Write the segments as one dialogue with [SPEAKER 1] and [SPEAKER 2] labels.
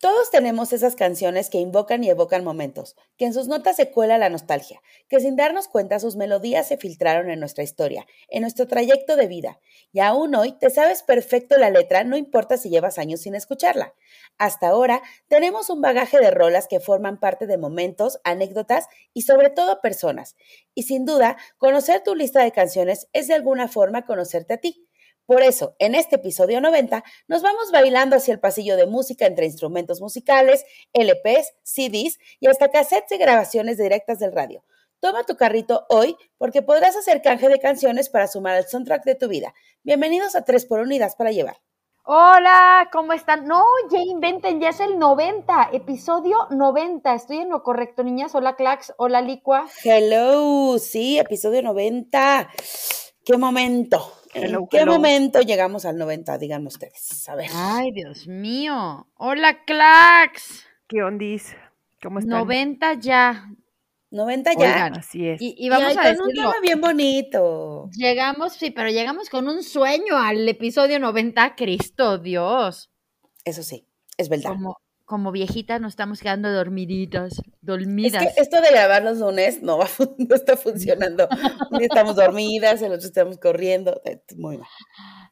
[SPEAKER 1] Todos tenemos esas canciones que invocan y evocan momentos, que en sus notas se cuela la nostalgia, que sin darnos cuenta sus melodías se filtraron en nuestra historia, en nuestro trayecto de vida, y aún hoy te sabes perfecto la letra, no importa si llevas años sin escucharla. Hasta ahora tenemos un bagaje de rolas que forman parte de momentos, anécdotas y sobre todo personas. Y sin duda, conocer tu lista de canciones es de alguna forma conocerte a ti. Por eso, en este episodio 90, nos vamos bailando hacia el pasillo de música entre instrumentos musicales, LPs, CDs y hasta cassettes de grabaciones directas del radio. Toma tu carrito hoy porque podrás hacer canje de canciones para sumar al soundtrack de tu vida. Bienvenidos a 3 por Unidas para Llevar.
[SPEAKER 2] Hola, ¿cómo están? No, ya inventen, ya es el 90, episodio 90. Estoy en lo correcto, niñas. Hola, Clax. Hola, Licua.
[SPEAKER 1] Hello, sí, episodio 90. ¿Qué momento?
[SPEAKER 3] Hello,
[SPEAKER 1] ¿En qué
[SPEAKER 3] hello.
[SPEAKER 1] momento llegamos al 90? Díganme ustedes. A ver.
[SPEAKER 3] Ay, Dios mío. Hola, Clax.
[SPEAKER 4] ¿Qué ondis? ¿Cómo están?
[SPEAKER 3] 90 ya.
[SPEAKER 1] 90 ya.
[SPEAKER 3] Oigan,
[SPEAKER 4] Así es.
[SPEAKER 3] Y, y vamos
[SPEAKER 1] ay,
[SPEAKER 3] a
[SPEAKER 1] con un
[SPEAKER 3] decirlo.
[SPEAKER 1] tema bien bonito.
[SPEAKER 3] Llegamos, sí, pero llegamos con un sueño al episodio 90. Cristo, Dios.
[SPEAKER 1] Eso sí, es verdad.
[SPEAKER 3] Como, como viejitas nos estamos quedando dormiditas,
[SPEAKER 1] Es
[SPEAKER 3] dormidas.
[SPEAKER 1] que esto de grabar los lunes no, va, a fun- no está funcionando. Un día estamos dormidas, el otro estamos corriendo. eh, Muy mal.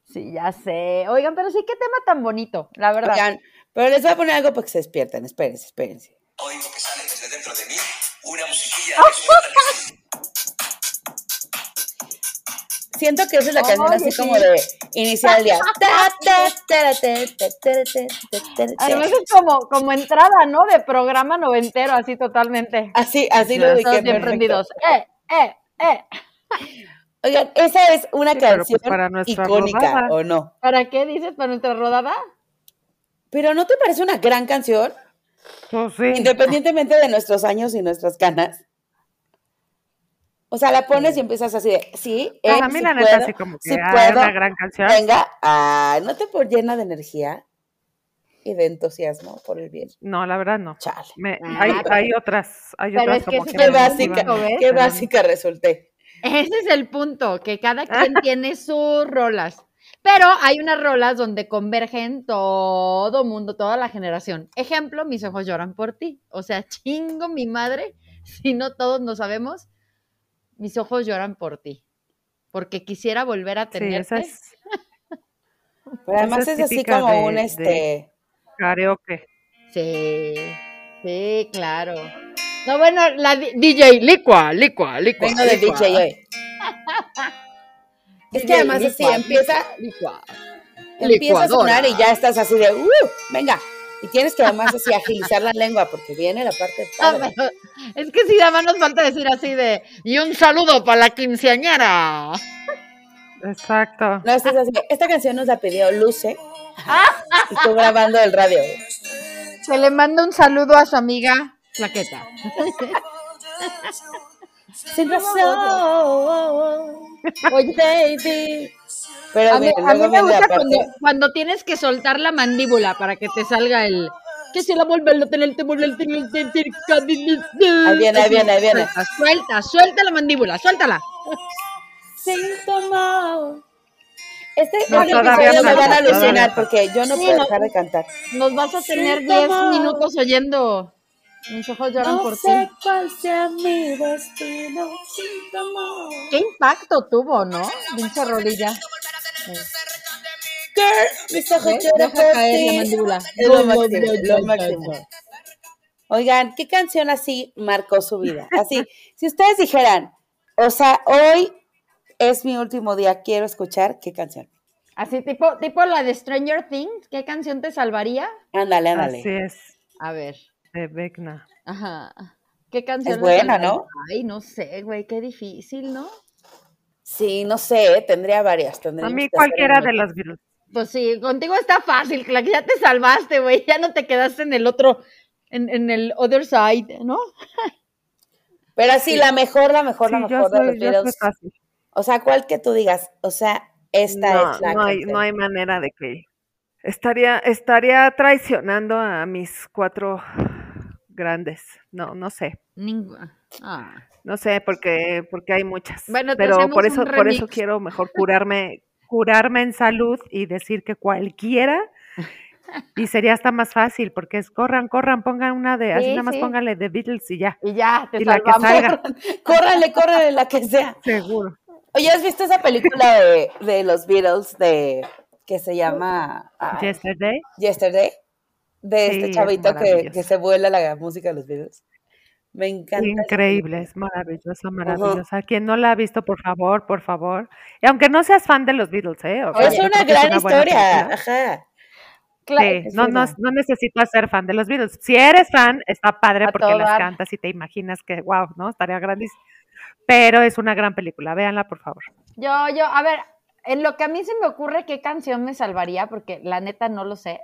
[SPEAKER 2] Sí, ya sé. Oigan, pero sí, qué tema tan bonito, la verdad.
[SPEAKER 1] Oigan, pero les voy a poner algo para que se despierten. Espérense, espérense.
[SPEAKER 5] Oigo que sale desde dentro de mí una musiquilla que suena
[SPEAKER 1] Siento que esa es la canción
[SPEAKER 2] Oye,
[SPEAKER 1] así
[SPEAKER 2] sí.
[SPEAKER 1] como de iniciar el día. Ta, ta, ta, ta, ta, ta, ta, ta, ta, ta,
[SPEAKER 2] Además
[SPEAKER 1] ta.
[SPEAKER 2] es como, como entrada, ¿no? De programa noventero, así totalmente.
[SPEAKER 1] Así, así lo
[SPEAKER 3] Todos
[SPEAKER 1] dije.
[SPEAKER 3] bien
[SPEAKER 1] perfecto.
[SPEAKER 3] prendidos. Eh, eh, eh.
[SPEAKER 1] Oigan, esa es una
[SPEAKER 4] Sí, pero, pues,
[SPEAKER 1] canción
[SPEAKER 4] para nuestra
[SPEAKER 1] icónica,
[SPEAKER 4] rodada.
[SPEAKER 1] ¿o no?
[SPEAKER 2] ¿Para qué dices? ¿Para nuestra rodada?
[SPEAKER 1] Pero ¿no te parece una gran canción?
[SPEAKER 4] Yo sé.
[SPEAKER 1] Independientemente de nuestros años y nuestras canas. O sea, la pones y empiezas así de, sí, eh,
[SPEAKER 4] Para mí,
[SPEAKER 1] sí
[SPEAKER 4] la neta,
[SPEAKER 1] puedo,
[SPEAKER 4] así como que
[SPEAKER 1] sí
[SPEAKER 4] ah,
[SPEAKER 1] puedo,
[SPEAKER 4] una gran canción.
[SPEAKER 1] venga, ah, ¿no te por llena de energía y de entusiasmo por el bien?
[SPEAKER 4] No, la verdad, no.
[SPEAKER 1] Chale.
[SPEAKER 4] Me-
[SPEAKER 3] Ah,
[SPEAKER 4] hay,
[SPEAKER 3] pero-
[SPEAKER 4] hay otras, hay
[SPEAKER 2] pero
[SPEAKER 4] otras
[SPEAKER 2] es que
[SPEAKER 4] como que
[SPEAKER 2] eso
[SPEAKER 1] Qué
[SPEAKER 2] Pero
[SPEAKER 4] me
[SPEAKER 1] básica,
[SPEAKER 4] motivan,
[SPEAKER 2] ¿ves?
[SPEAKER 1] qué
[SPEAKER 4] pero no.
[SPEAKER 1] básica resulté.
[SPEAKER 3] Ese es el punto, que cada quien tiene sus rolas. Pero hay unas rolas donde convergen todo mundo, toda la generación. Ejemplo, mis ojos lloran por ti. O sea, chingo mi madre, si no todos nos sabemos, mis ojos lloran por ti. Porque quisiera volver a
[SPEAKER 4] Sí,
[SPEAKER 3] tenerte.
[SPEAKER 4] esa
[SPEAKER 2] pues.
[SPEAKER 4] es
[SPEAKER 1] Pero además
[SPEAKER 4] Esa es
[SPEAKER 1] es así
[SPEAKER 4] típica
[SPEAKER 1] como
[SPEAKER 4] de-
[SPEAKER 1] un
[SPEAKER 4] de-
[SPEAKER 1] este.
[SPEAKER 4] karaoke.
[SPEAKER 3] Sí, sí, claro. No, bueno, la di- DJ, licua, licua, licua.
[SPEAKER 1] Vengo de
[SPEAKER 3] licua,
[SPEAKER 1] DJ hoy. Es que
[SPEAKER 3] DJ,
[SPEAKER 1] además así
[SPEAKER 3] licua,
[SPEAKER 1] empieza,
[SPEAKER 3] licua,
[SPEAKER 1] empieza a sonar
[SPEAKER 3] licuadora.
[SPEAKER 1] y ya estás así de, ¡uh! Venga. Y tienes que además así agilizar la lengua porque viene la parte.
[SPEAKER 3] Ah,
[SPEAKER 1] padre.
[SPEAKER 3] pero es que sí, además nos falta decir así de, y un saludo para la quinceañera.
[SPEAKER 4] Exacto.
[SPEAKER 1] No, estás así. Esta canción nos la pidió Luce. Y tú grabando el radio.
[SPEAKER 3] Se le manda un saludo a su amiga Plaqueta.
[SPEAKER 1] Sin razón. Oye, baby. Pero
[SPEAKER 3] A mí,
[SPEAKER 1] miren,
[SPEAKER 3] a mí
[SPEAKER 1] luego
[SPEAKER 3] me
[SPEAKER 1] viene la
[SPEAKER 3] gusta
[SPEAKER 1] parte-
[SPEAKER 3] cuando, cuando tienes que soltar la mandíbula para que te salga el... Que si la vuelve a tener, te vuelve a tener, te tener,
[SPEAKER 1] Ahí viene, ahí viene, ahí viene.
[SPEAKER 3] Suelta, suelta la mandíbula, suéltala.
[SPEAKER 1] Síntoma. Este,
[SPEAKER 4] No,
[SPEAKER 1] este
[SPEAKER 4] todavía
[SPEAKER 1] episodio
[SPEAKER 4] falta,
[SPEAKER 1] me van
[SPEAKER 4] todavía
[SPEAKER 1] a alucinar
[SPEAKER 4] falta.
[SPEAKER 1] porque yo no
[SPEAKER 2] Sí,
[SPEAKER 1] puedo
[SPEAKER 2] no.
[SPEAKER 1] dejar de cantar.
[SPEAKER 2] Nos vas a tener
[SPEAKER 1] Sí,
[SPEAKER 2] 10
[SPEAKER 1] cómo.
[SPEAKER 2] minutos oyendo. Mis ojos lloran por ti.
[SPEAKER 1] cuál sea mi destino. Síntoma.
[SPEAKER 2] Qué impacto tuvo, ¿no? Pinche rolilla.
[SPEAKER 1] Girl, mis ojos
[SPEAKER 2] ¿Ves?
[SPEAKER 1] lloran
[SPEAKER 2] Deja
[SPEAKER 1] por
[SPEAKER 2] caer
[SPEAKER 3] eh,
[SPEAKER 2] la
[SPEAKER 1] ti.
[SPEAKER 2] mandíbula.
[SPEAKER 1] Es lo
[SPEAKER 2] Lo, lo,
[SPEAKER 1] máximo,
[SPEAKER 2] lo,
[SPEAKER 1] lo máximo.
[SPEAKER 2] lo.
[SPEAKER 1] Oigan, ¿qué canción así marcó su vida? Así, si ustedes dijeran, o sea, hoy es mi último día, quiero escuchar, ¿qué canción?
[SPEAKER 2] Así tipo, tipo la de Stranger Things. ¿Qué canción te salvaría?
[SPEAKER 1] Ándale, ándale.
[SPEAKER 4] Así es,
[SPEAKER 3] A ver.
[SPEAKER 4] de Vecna.
[SPEAKER 3] Ajá. ¿Qué canción?
[SPEAKER 1] Es
[SPEAKER 3] le
[SPEAKER 1] buena,
[SPEAKER 3] saldrá?
[SPEAKER 1] ¿no?
[SPEAKER 3] Ay, no sé, güey, qué difícil, ¿no?
[SPEAKER 1] Sí, no sé, tendría varias.
[SPEAKER 4] A
[SPEAKER 1] tendríamos
[SPEAKER 4] mí
[SPEAKER 1] que hacer
[SPEAKER 4] cualquiera
[SPEAKER 1] una.
[SPEAKER 4] de las Beatles.
[SPEAKER 3] Pues sí, contigo está fácil, Clack, ya te salvaste, güey, ya no te quedaste en el otro, en, en el other side, ¿no?
[SPEAKER 1] Pero así,
[SPEAKER 6] Sí.
[SPEAKER 1] la mejor, la mejor,
[SPEAKER 6] Sí,
[SPEAKER 1] la
[SPEAKER 6] yo
[SPEAKER 1] mejor de
[SPEAKER 6] soy,
[SPEAKER 1] los
[SPEAKER 6] yo soy
[SPEAKER 1] Beatles.
[SPEAKER 6] fácil.
[SPEAKER 1] O sea, cuál que tú digas, o sea, esta
[SPEAKER 6] No,
[SPEAKER 1] es la
[SPEAKER 6] no hay,
[SPEAKER 1] canción.
[SPEAKER 6] no hay manera de que estaría, estaría traicionando a mis cuatro grandes. No, no sé.
[SPEAKER 2] Ningú- Ah.
[SPEAKER 6] No sé, porque, porque hay muchas.
[SPEAKER 2] Bueno, te
[SPEAKER 6] pero
[SPEAKER 2] hacemos
[SPEAKER 6] por
[SPEAKER 2] un
[SPEAKER 6] eso, por eso
[SPEAKER 2] remix.
[SPEAKER 6] quiero mejor curarme, curarme en salud y decir que cualquiera. Y sería hasta más fácil, porque es corran, corran, pongan una de, así
[SPEAKER 2] Sí,
[SPEAKER 6] nada más
[SPEAKER 2] sí.
[SPEAKER 6] pónganle de Beatles y ya,
[SPEAKER 2] Y ya, te
[SPEAKER 6] Y la que
[SPEAKER 2] salvamos.
[SPEAKER 6] salga.
[SPEAKER 1] Córrele, córrele, la que sea.
[SPEAKER 6] seguro.
[SPEAKER 1] Oye, ¿has visto esa película de, de los Beatles de que se llama ah,
[SPEAKER 6] Yesterday.
[SPEAKER 1] Yesterday? De
[SPEAKER 6] Sí,
[SPEAKER 1] este
[SPEAKER 6] es
[SPEAKER 1] chavito que, que
[SPEAKER 6] maravillosa.
[SPEAKER 1] se vuela la música de los Beatles. Me encanta. esa
[SPEAKER 6] Increíble, es maravillosa, maravillosa. Quien no la ha visto, por favor, por favor. Y aunque no seas fan de los Beatles, ¿eh? O sea,
[SPEAKER 1] película. Es
[SPEAKER 6] yo
[SPEAKER 1] una
[SPEAKER 6] creo que
[SPEAKER 1] gran
[SPEAKER 6] buena
[SPEAKER 1] historia.
[SPEAKER 6] película.
[SPEAKER 1] Ajá.
[SPEAKER 7] Claro,
[SPEAKER 6] Sí,
[SPEAKER 1] es
[SPEAKER 6] no, no,
[SPEAKER 1] buena.
[SPEAKER 6] no necesitas ser fan de los Beatles. Si eres fan, está padre
[SPEAKER 2] A
[SPEAKER 6] porque
[SPEAKER 2] todo
[SPEAKER 6] las
[SPEAKER 2] dar.
[SPEAKER 6] cantas y te imaginas que, wow, ¿no? Estaría grandísimo. Pero es una gran película, véanla, por favor.
[SPEAKER 2] Yo, yo, a ver, en lo que a mí se me ocurre, ¿qué canción me salvaría? Porque la neta no lo sé.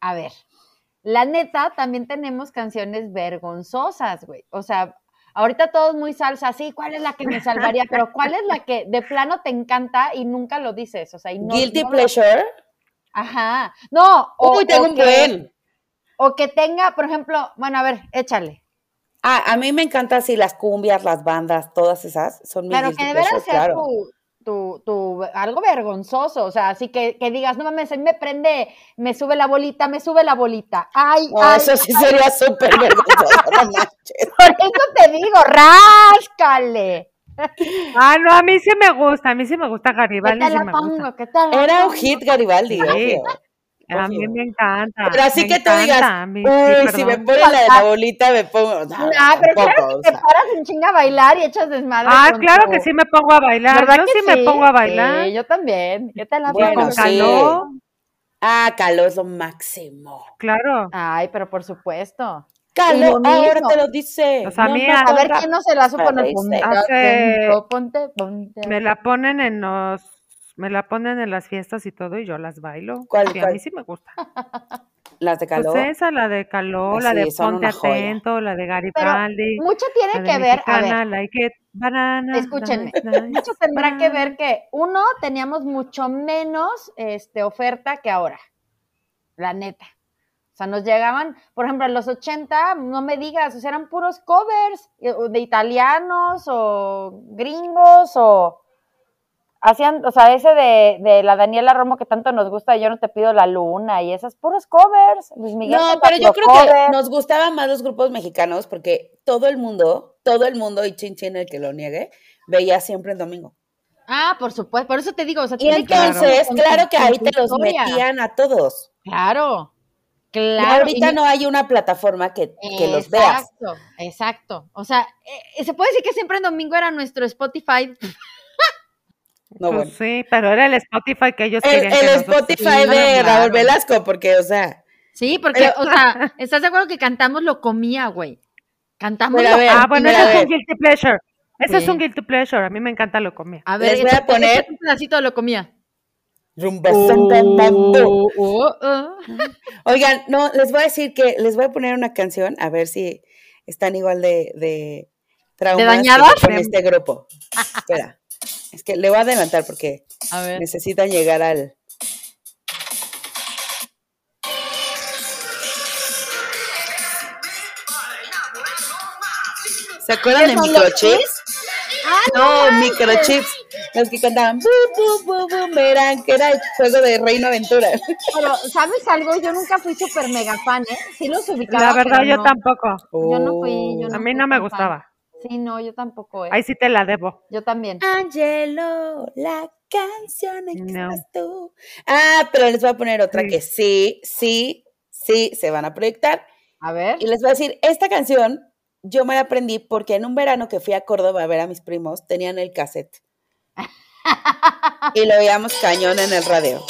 [SPEAKER 2] A ver, la neta también tenemos canciones vergonzosas, güey. O sea, ahorita todos muy salsa, sí, ¿cuál es la que me salvaría? Pero ¿cuál es la que de plano te encanta y nunca lo dices? O sea, y no,
[SPEAKER 1] Guilty
[SPEAKER 2] no lo-
[SPEAKER 1] Pleasure.
[SPEAKER 2] Ajá. No, o,
[SPEAKER 1] Uy, tengo
[SPEAKER 2] o
[SPEAKER 1] un
[SPEAKER 2] que,
[SPEAKER 1] buen.
[SPEAKER 2] o que tenga, por ejemplo, bueno, a ver, échale.
[SPEAKER 1] Ah, a mí me encantan así las cumbias, las bandas, todas esas. Son mis
[SPEAKER 2] Pero
[SPEAKER 1] guilty
[SPEAKER 2] que de veras
[SPEAKER 1] pleasures,
[SPEAKER 2] sea
[SPEAKER 1] claro.
[SPEAKER 2] tu, tu- tu- algo vergonzoso, o sea, así que, que digas, no mames, ahí me prende, me sube la bolita, me sube la bolita. Ay,
[SPEAKER 1] No,
[SPEAKER 2] ay,
[SPEAKER 1] eso sí sería súper vergonzoso, no manches.
[SPEAKER 2] por eso te digo, ráscale.
[SPEAKER 6] Ah, no, a mí sí me gusta, a mí sí me gusta Garibaldi.
[SPEAKER 2] ¿Qué
[SPEAKER 6] sí
[SPEAKER 2] te la
[SPEAKER 6] me gusta.
[SPEAKER 2] pongo? ¿Qué te la
[SPEAKER 1] Era un
[SPEAKER 2] pongo?
[SPEAKER 1] hit Garibaldi,
[SPEAKER 6] Sí.
[SPEAKER 1] obvio.
[SPEAKER 6] A mí
[SPEAKER 1] Obvio.
[SPEAKER 6] me encanta.
[SPEAKER 1] Pero así
[SPEAKER 6] me
[SPEAKER 1] que tú digas,
[SPEAKER 6] encanta, a mí sí,
[SPEAKER 1] Uy, si me
[SPEAKER 6] perdón.
[SPEAKER 1] ponen la de la bolita, me pongo. No,
[SPEAKER 2] Ah,
[SPEAKER 1] tampoco,
[SPEAKER 2] pero claro
[SPEAKER 1] o
[SPEAKER 2] que te
[SPEAKER 1] sea.
[SPEAKER 2] paras en chinga a bailar y echas desmadre.
[SPEAKER 6] Ah,
[SPEAKER 2] con
[SPEAKER 6] claro
[SPEAKER 2] tu-
[SPEAKER 6] que sí me pongo a bailar.
[SPEAKER 2] ¿Verdad
[SPEAKER 6] Yo
[SPEAKER 2] que
[SPEAKER 6] sí me pongo a bailar.
[SPEAKER 2] Sí, yo también. ¿Qué te la
[SPEAKER 6] Y
[SPEAKER 1] Bueno,
[SPEAKER 6] con
[SPEAKER 2] pongo?
[SPEAKER 1] sí.
[SPEAKER 6] calor,
[SPEAKER 1] Ah, calor es lo máximo.
[SPEAKER 6] claro.
[SPEAKER 2] Ay, pero por supuesto.
[SPEAKER 1] Calor,
[SPEAKER 2] lo
[SPEAKER 1] ahora
[SPEAKER 2] mismo.
[SPEAKER 1] te lo dice.
[SPEAKER 6] O sea, a mí
[SPEAKER 1] me
[SPEAKER 2] A
[SPEAKER 6] a-
[SPEAKER 2] ver
[SPEAKER 1] acuerdo.
[SPEAKER 2] quién no se la supo. No,
[SPEAKER 1] Parece.
[SPEAKER 2] ponte,
[SPEAKER 6] Hace-
[SPEAKER 2] ponte, ponte.
[SPEAKER 6] Me la ponen en los, me la ponen en las fiestas y todo y yo las bailo.
[SPEAKER 1] ¿Cuál,
[SPEAKER 6] Sí, a
[SPEAKER 1] cuál?
[SPEAKER 6] mí sí me gusta.
[SPEAKER 1] Las de calor.
[SPEAKER 6] Pues esa, la de calor, la
[SPEAKER 1] Ah,
[SPEAKER 6] de
[SPEAKER 1] sí, son
[SPEAKER 6] ponte
[SPEAKER 1] una joya.
[SPEAKER 6] atento, la de Garibaldi,
[SPEAKER 2] Mucho
[SPEAKER 6] la
[SPEAKER 2] tiene
[SPEAKER 6] de
[SPEAKER 2] que ver, a ver,
[SPEAKER 6] Mexicana, like it, banana,
[SPEAKER 2] escúchenme.
[SPEAKER 6] nice, nice,
[SPEAKER 2] Mucho tendrá que
[SPEAKER 6] banana.
[SPEAKER 2] ver que, uno, teníamos mucho menos este, oferta que ahora. La neta. O sea, nos llegaban, por ejemplo, en los 80, no me digas, o sea, eran puros covers eh, o de italianos o gringos o. Hacían, o sea, ese de, de la Daniela Romo que tanto nos gusta, yo no te pido la luna y esas puros covers. Luis Miguel
[SPEAKER 1] No,
[SPEAKER 2] canta
[SPEAKER 1] pero yo
[SPEAKER 2] puro
[SPEAKER 1] creo
[SPEAKER 2] cover.
[SPEAKER 1] que nos gustaban más los grupos mexicanos porque todo el mundo, todo el mundo, y Chin Chin el que lo niegue, veía siempre el domingo.
[SPEAKER 2] Ah, por supuesto, por eso te digo, o sea,
[SPEAKER 1] Y
[SPEAKER 2] tiene que ver
[SPEAKER 1] entonces,
[SPEAKER 2] con-
[SPEAKER 1] claro que
[SPEAKER 2] con
[SPEAKER 1] ahí
[SPEAKER 2] tu
[SPEAKER 1] te los
[SPEAKER 2] historia.
[SPEAKER 1] metían a todos.
[SPEAKER 2] Claro,
[SPEAKER 1] Y
[SPEAKER 2] claro.
[SPEAKER 1] ahorita
[SPEAKER 2] y-
[SPEAKER 1] no hay una plataforma que, que los veas.
[SPEAKER 2] Exacto, exacto. O sea, eh, se puede decir que siempre en domingo era nuestro Spotify.
[SPEAKER 1] No,
[SPEAKER 6] Pues
[SPEAKER 1] bueno.
[SPEAKER 6] sí, pero era el Spotify que ellos
[SPEAKER 1] El,
[SPEAKER 6] querían que
[SPEAKER 1] el
[SPEAKER 6] nosotros
[SPEAKER 1] Spotify
[SPEAKER 6] tuviéramos.
[SPEAKER 1] de
[SPEAKER 6] Claro.
[SPEAKER 1] Raúl Velasco, porque, o sea,
[SPEAKER 2] Sí, porque, o sea, ¿estás de acuerdo que cantamos lo comía, güey? Cantamos
[SPEAKER 1] Pero
[SPEAKER 2] lo
[SPEAKER 1] a ver,
[SPEAKER 6] Ah, bueno,
[SPEAKER 1] Mira,
[SPEAKER 6] eso
[SPEAKER 1] a
[SPEAKER 6] es un
[SPEAKER 1] ver.
[SPEAKER 6] guilty pleasure. Eso es
[SPEAKER 2] Sí.
[SPEAKER 6] un guilty pleasure. A mí me encanta lo comía.
[SPEAKER 2] A ver,
[SPEAKER 1] les voy a
[SPEAKER 2] échate-
[SPEAKER 1] poner-
[SPEAKER 2] échate un pedacito de lo comía.
[SPEAKER 1] rumba santa en bambú.
[SPEAKER 2] Oh, oh, oh.
[SPEAKER 1] Oigan, no, les voy a decir que les voy a poner una canción, a ver si están igual de, de traumas que
[SPEAKER 2] dañadas?
[SPEAKER 1] con
[SPEAKER 6] De-
[SPEAKER 1] este grupo. Espera, es que le voy a adelantar porque
[SPEAKER 2] A ver.
[SPEAKER 1] necesitan llegar al... ¿Se acuerdan de microchips? No, microchips. Los que cantaban, "Bu, bu, bu, bu", verán que era el juego de Reino Aventura.
[SPEAKER 2] Pero, ¿sabes algo? Yo nunca fui súper mega fan, ¿eh? Sí los ubicaba.
[SPEAKER 6] La verdad,
[SPEAKER 2] pero
[SPEAKER 6] yo
[SPEAKER 2] no.
[SPEAKER 6] tampoco.
[SPEAKER 2] Yo no fui, yo
[SPEAKER 6] A
[SPEAKER 2] no
[SPEAKER 6] mí
[SPEAKER 2] fui
[SPEAKER 6] no me
[SPEAKER 2] tan fan.
[SPEAKER 6] gustaba.
[SPEAKER 2] Sí, no, yo tampoco, ¿eh?
[SPEAKER 6] Ahí sí te la debo.
[SPEAKER 2] Yo también.
[SPEAKER 1] Angelo, la canción en que
[SPEAKER 6] No.
[SPEAKER 1] estás tú. Ah, pero les voy a poner otra
[SPEAKER 6] Sí.
[SPEAKER 1] que sí, sí, sí, se van a proyectar.
[SPEAKER 2] A ver.
[SPEAKER 1] Y les voy a decir, esta canción yo me la aprendí porque en un verano que fui a Córdoba a ver a mis primos, tenían el cassette. y lo veíamos cañón en el radio.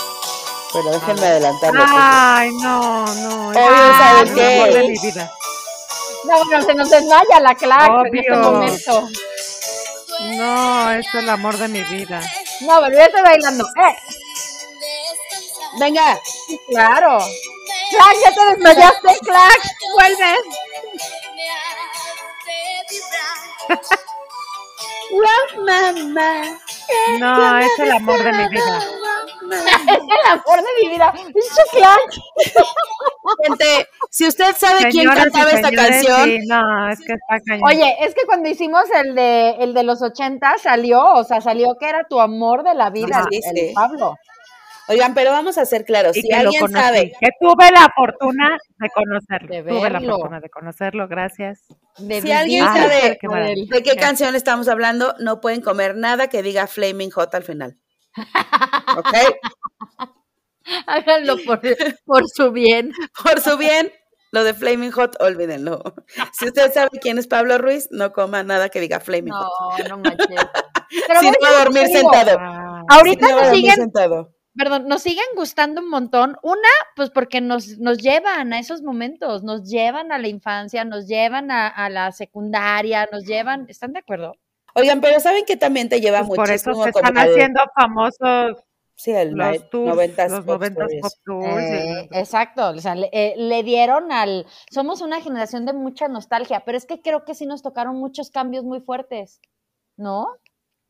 [SPEAKER 1] Pero déjenme adelantarlo.
[SPEAKER 6] Ay, no, no.
[SPEAKER 1] Obvio,
[SPEAKER 6] esa es
[SPEAKER 1] ¿sabes
[SPEAKER 6] la
[SPEAKER 1] qué?
[SPEAKER 6] mejor de mi vida.
[SPEAKER 2] No, bueno, se nos desmaya la clave en este
[SPEAKER 6] Obvio.
[SPEAKER 2] momento.
[SPEAKER 6] No, es el amor de mi vida.
[SPEAKER 2] No, pero yo estoy bailando. ¡Eh!
[SPEAKER 1] porque- Venga,
[SPEAKER 2] ¡Claro! ¡Clack, ya te desmayaste! ¡Clack, vuelve!
[SPEAKER 3] Me hace vibrar
[SPEAKER 6] No, es el amor de mi vida.
[SPEAKER 2] Es el amor de mi vida. Pinche Clark.
[SPEAKER 1] Gente, si usted sabe quién
[SPEAKER 6] Señoras y
[SPEAKER 1] cantaba esta
[SPEAKER 6] señores,
[SPEAKER 1] canción,
[SPEAKER 6] sí, no, es que está cañón.
[SPEAKER 2] Oye, es que cuando hicimos el de el de los 80 salió, o sea, salió que era tu amor de la vida,
[SPEAKER 1] Sí,
[SPEAKER 2] el
[SPEAKER 1] sí.
[SPEAKER 2] Pablo.
[SPEAKER 1] oigan, pero vamos a ser claros,
[SPEAKER 6] y
[SPEAKER 1] si
[SPEAKER 6] que lo
[SPEAKER 1] alguien
[SPEAKER 6] conocí,
[SPEAKER 1] sabe,
[SPEAKER 6] que tuve la fortuna de conocerlo,
[SPEAKER 2] De
[SPEAKER 6] tuve la
[SPEAKER 2] verlo.
[SPEAKER 6] fortuna de conocerlo, gracias.
[SPEAKER 2] De
[SPEAKER 1] Si alguien
[SPEAKER 2] vivir
[SPEAKER 1] sabe
[SPEAKER 2] con él.
[SPEAKER 1] de qué canción estamos hablando, no pueden comer nada que diga Flaming Hot al final. ¿Ok?
[SPEAKER 2] Háganlo por, por su bien.
[SPEAKER 1] Por su bien, lo de Flaming Hot, olvídenlo. Si usted sabe quién es Pablo Ruiz, no coma nada que diga Flaming
[SPEAKER 2] No,
[SPEAKER 1] Hot.
[SPEAKER 2] no manches. Pero
[SPEAKER 1] Si
[SPEAKER 2] voy
[SPEAKER 1] no va a
[SPEAKER 2] decir
[SPEAKER 1] dormir
[SPEAKER 2] algo.
[SPEAKER 1] sentado.
[SPEAKER 6] Ah,
[SPEAKER 2] Ahorita
[SPEAKER 1] Sí, no,
[SPEAKER 2] nos
[SPEAKER 1] muy
[SPEAKER 2] siguen
[SPEAKER 1] sentado.
[SPEAKER 2] perdón, nos siguen gustando un montón. Una, pues porque nos, nos llevan a esos momentos, nos llevan a la infancia, nos llevan a, a la secundaria, nos llevan, ¿están de acuerdo?
[SPEAKER 1] Oigan, pero ¿saben que también te lleva
[SPEAKER 6] Pues por eso
[SPEAKER 1] muchísimo
[SPEAKER 6] se
[SPEAKER 1] como
[SPEAKER 6] están
[SPEAKER 1] al-
[SPEAKER 6] haciendo famosos
[SPEAKER 1] sí, al
[SPEAKER 6] los tours,
[SPEAKER 1] 90s
[SPEAKER 6] los
[SPEAKER 1] Pop
[SPEAKER 6] 90
[SPEAKER 1] Stories.
[SPEAKER 6] pop tours. y
[SPEAKER 2] Eh,
[SPEAKER 6] los-
[SPEAKER 2] exacto, o sea, le, eh, le dieron al, somos una generación de mucha nostalgia, pero es que creo que sí nos tocaron muchos cambios muy fuertes, ¿no?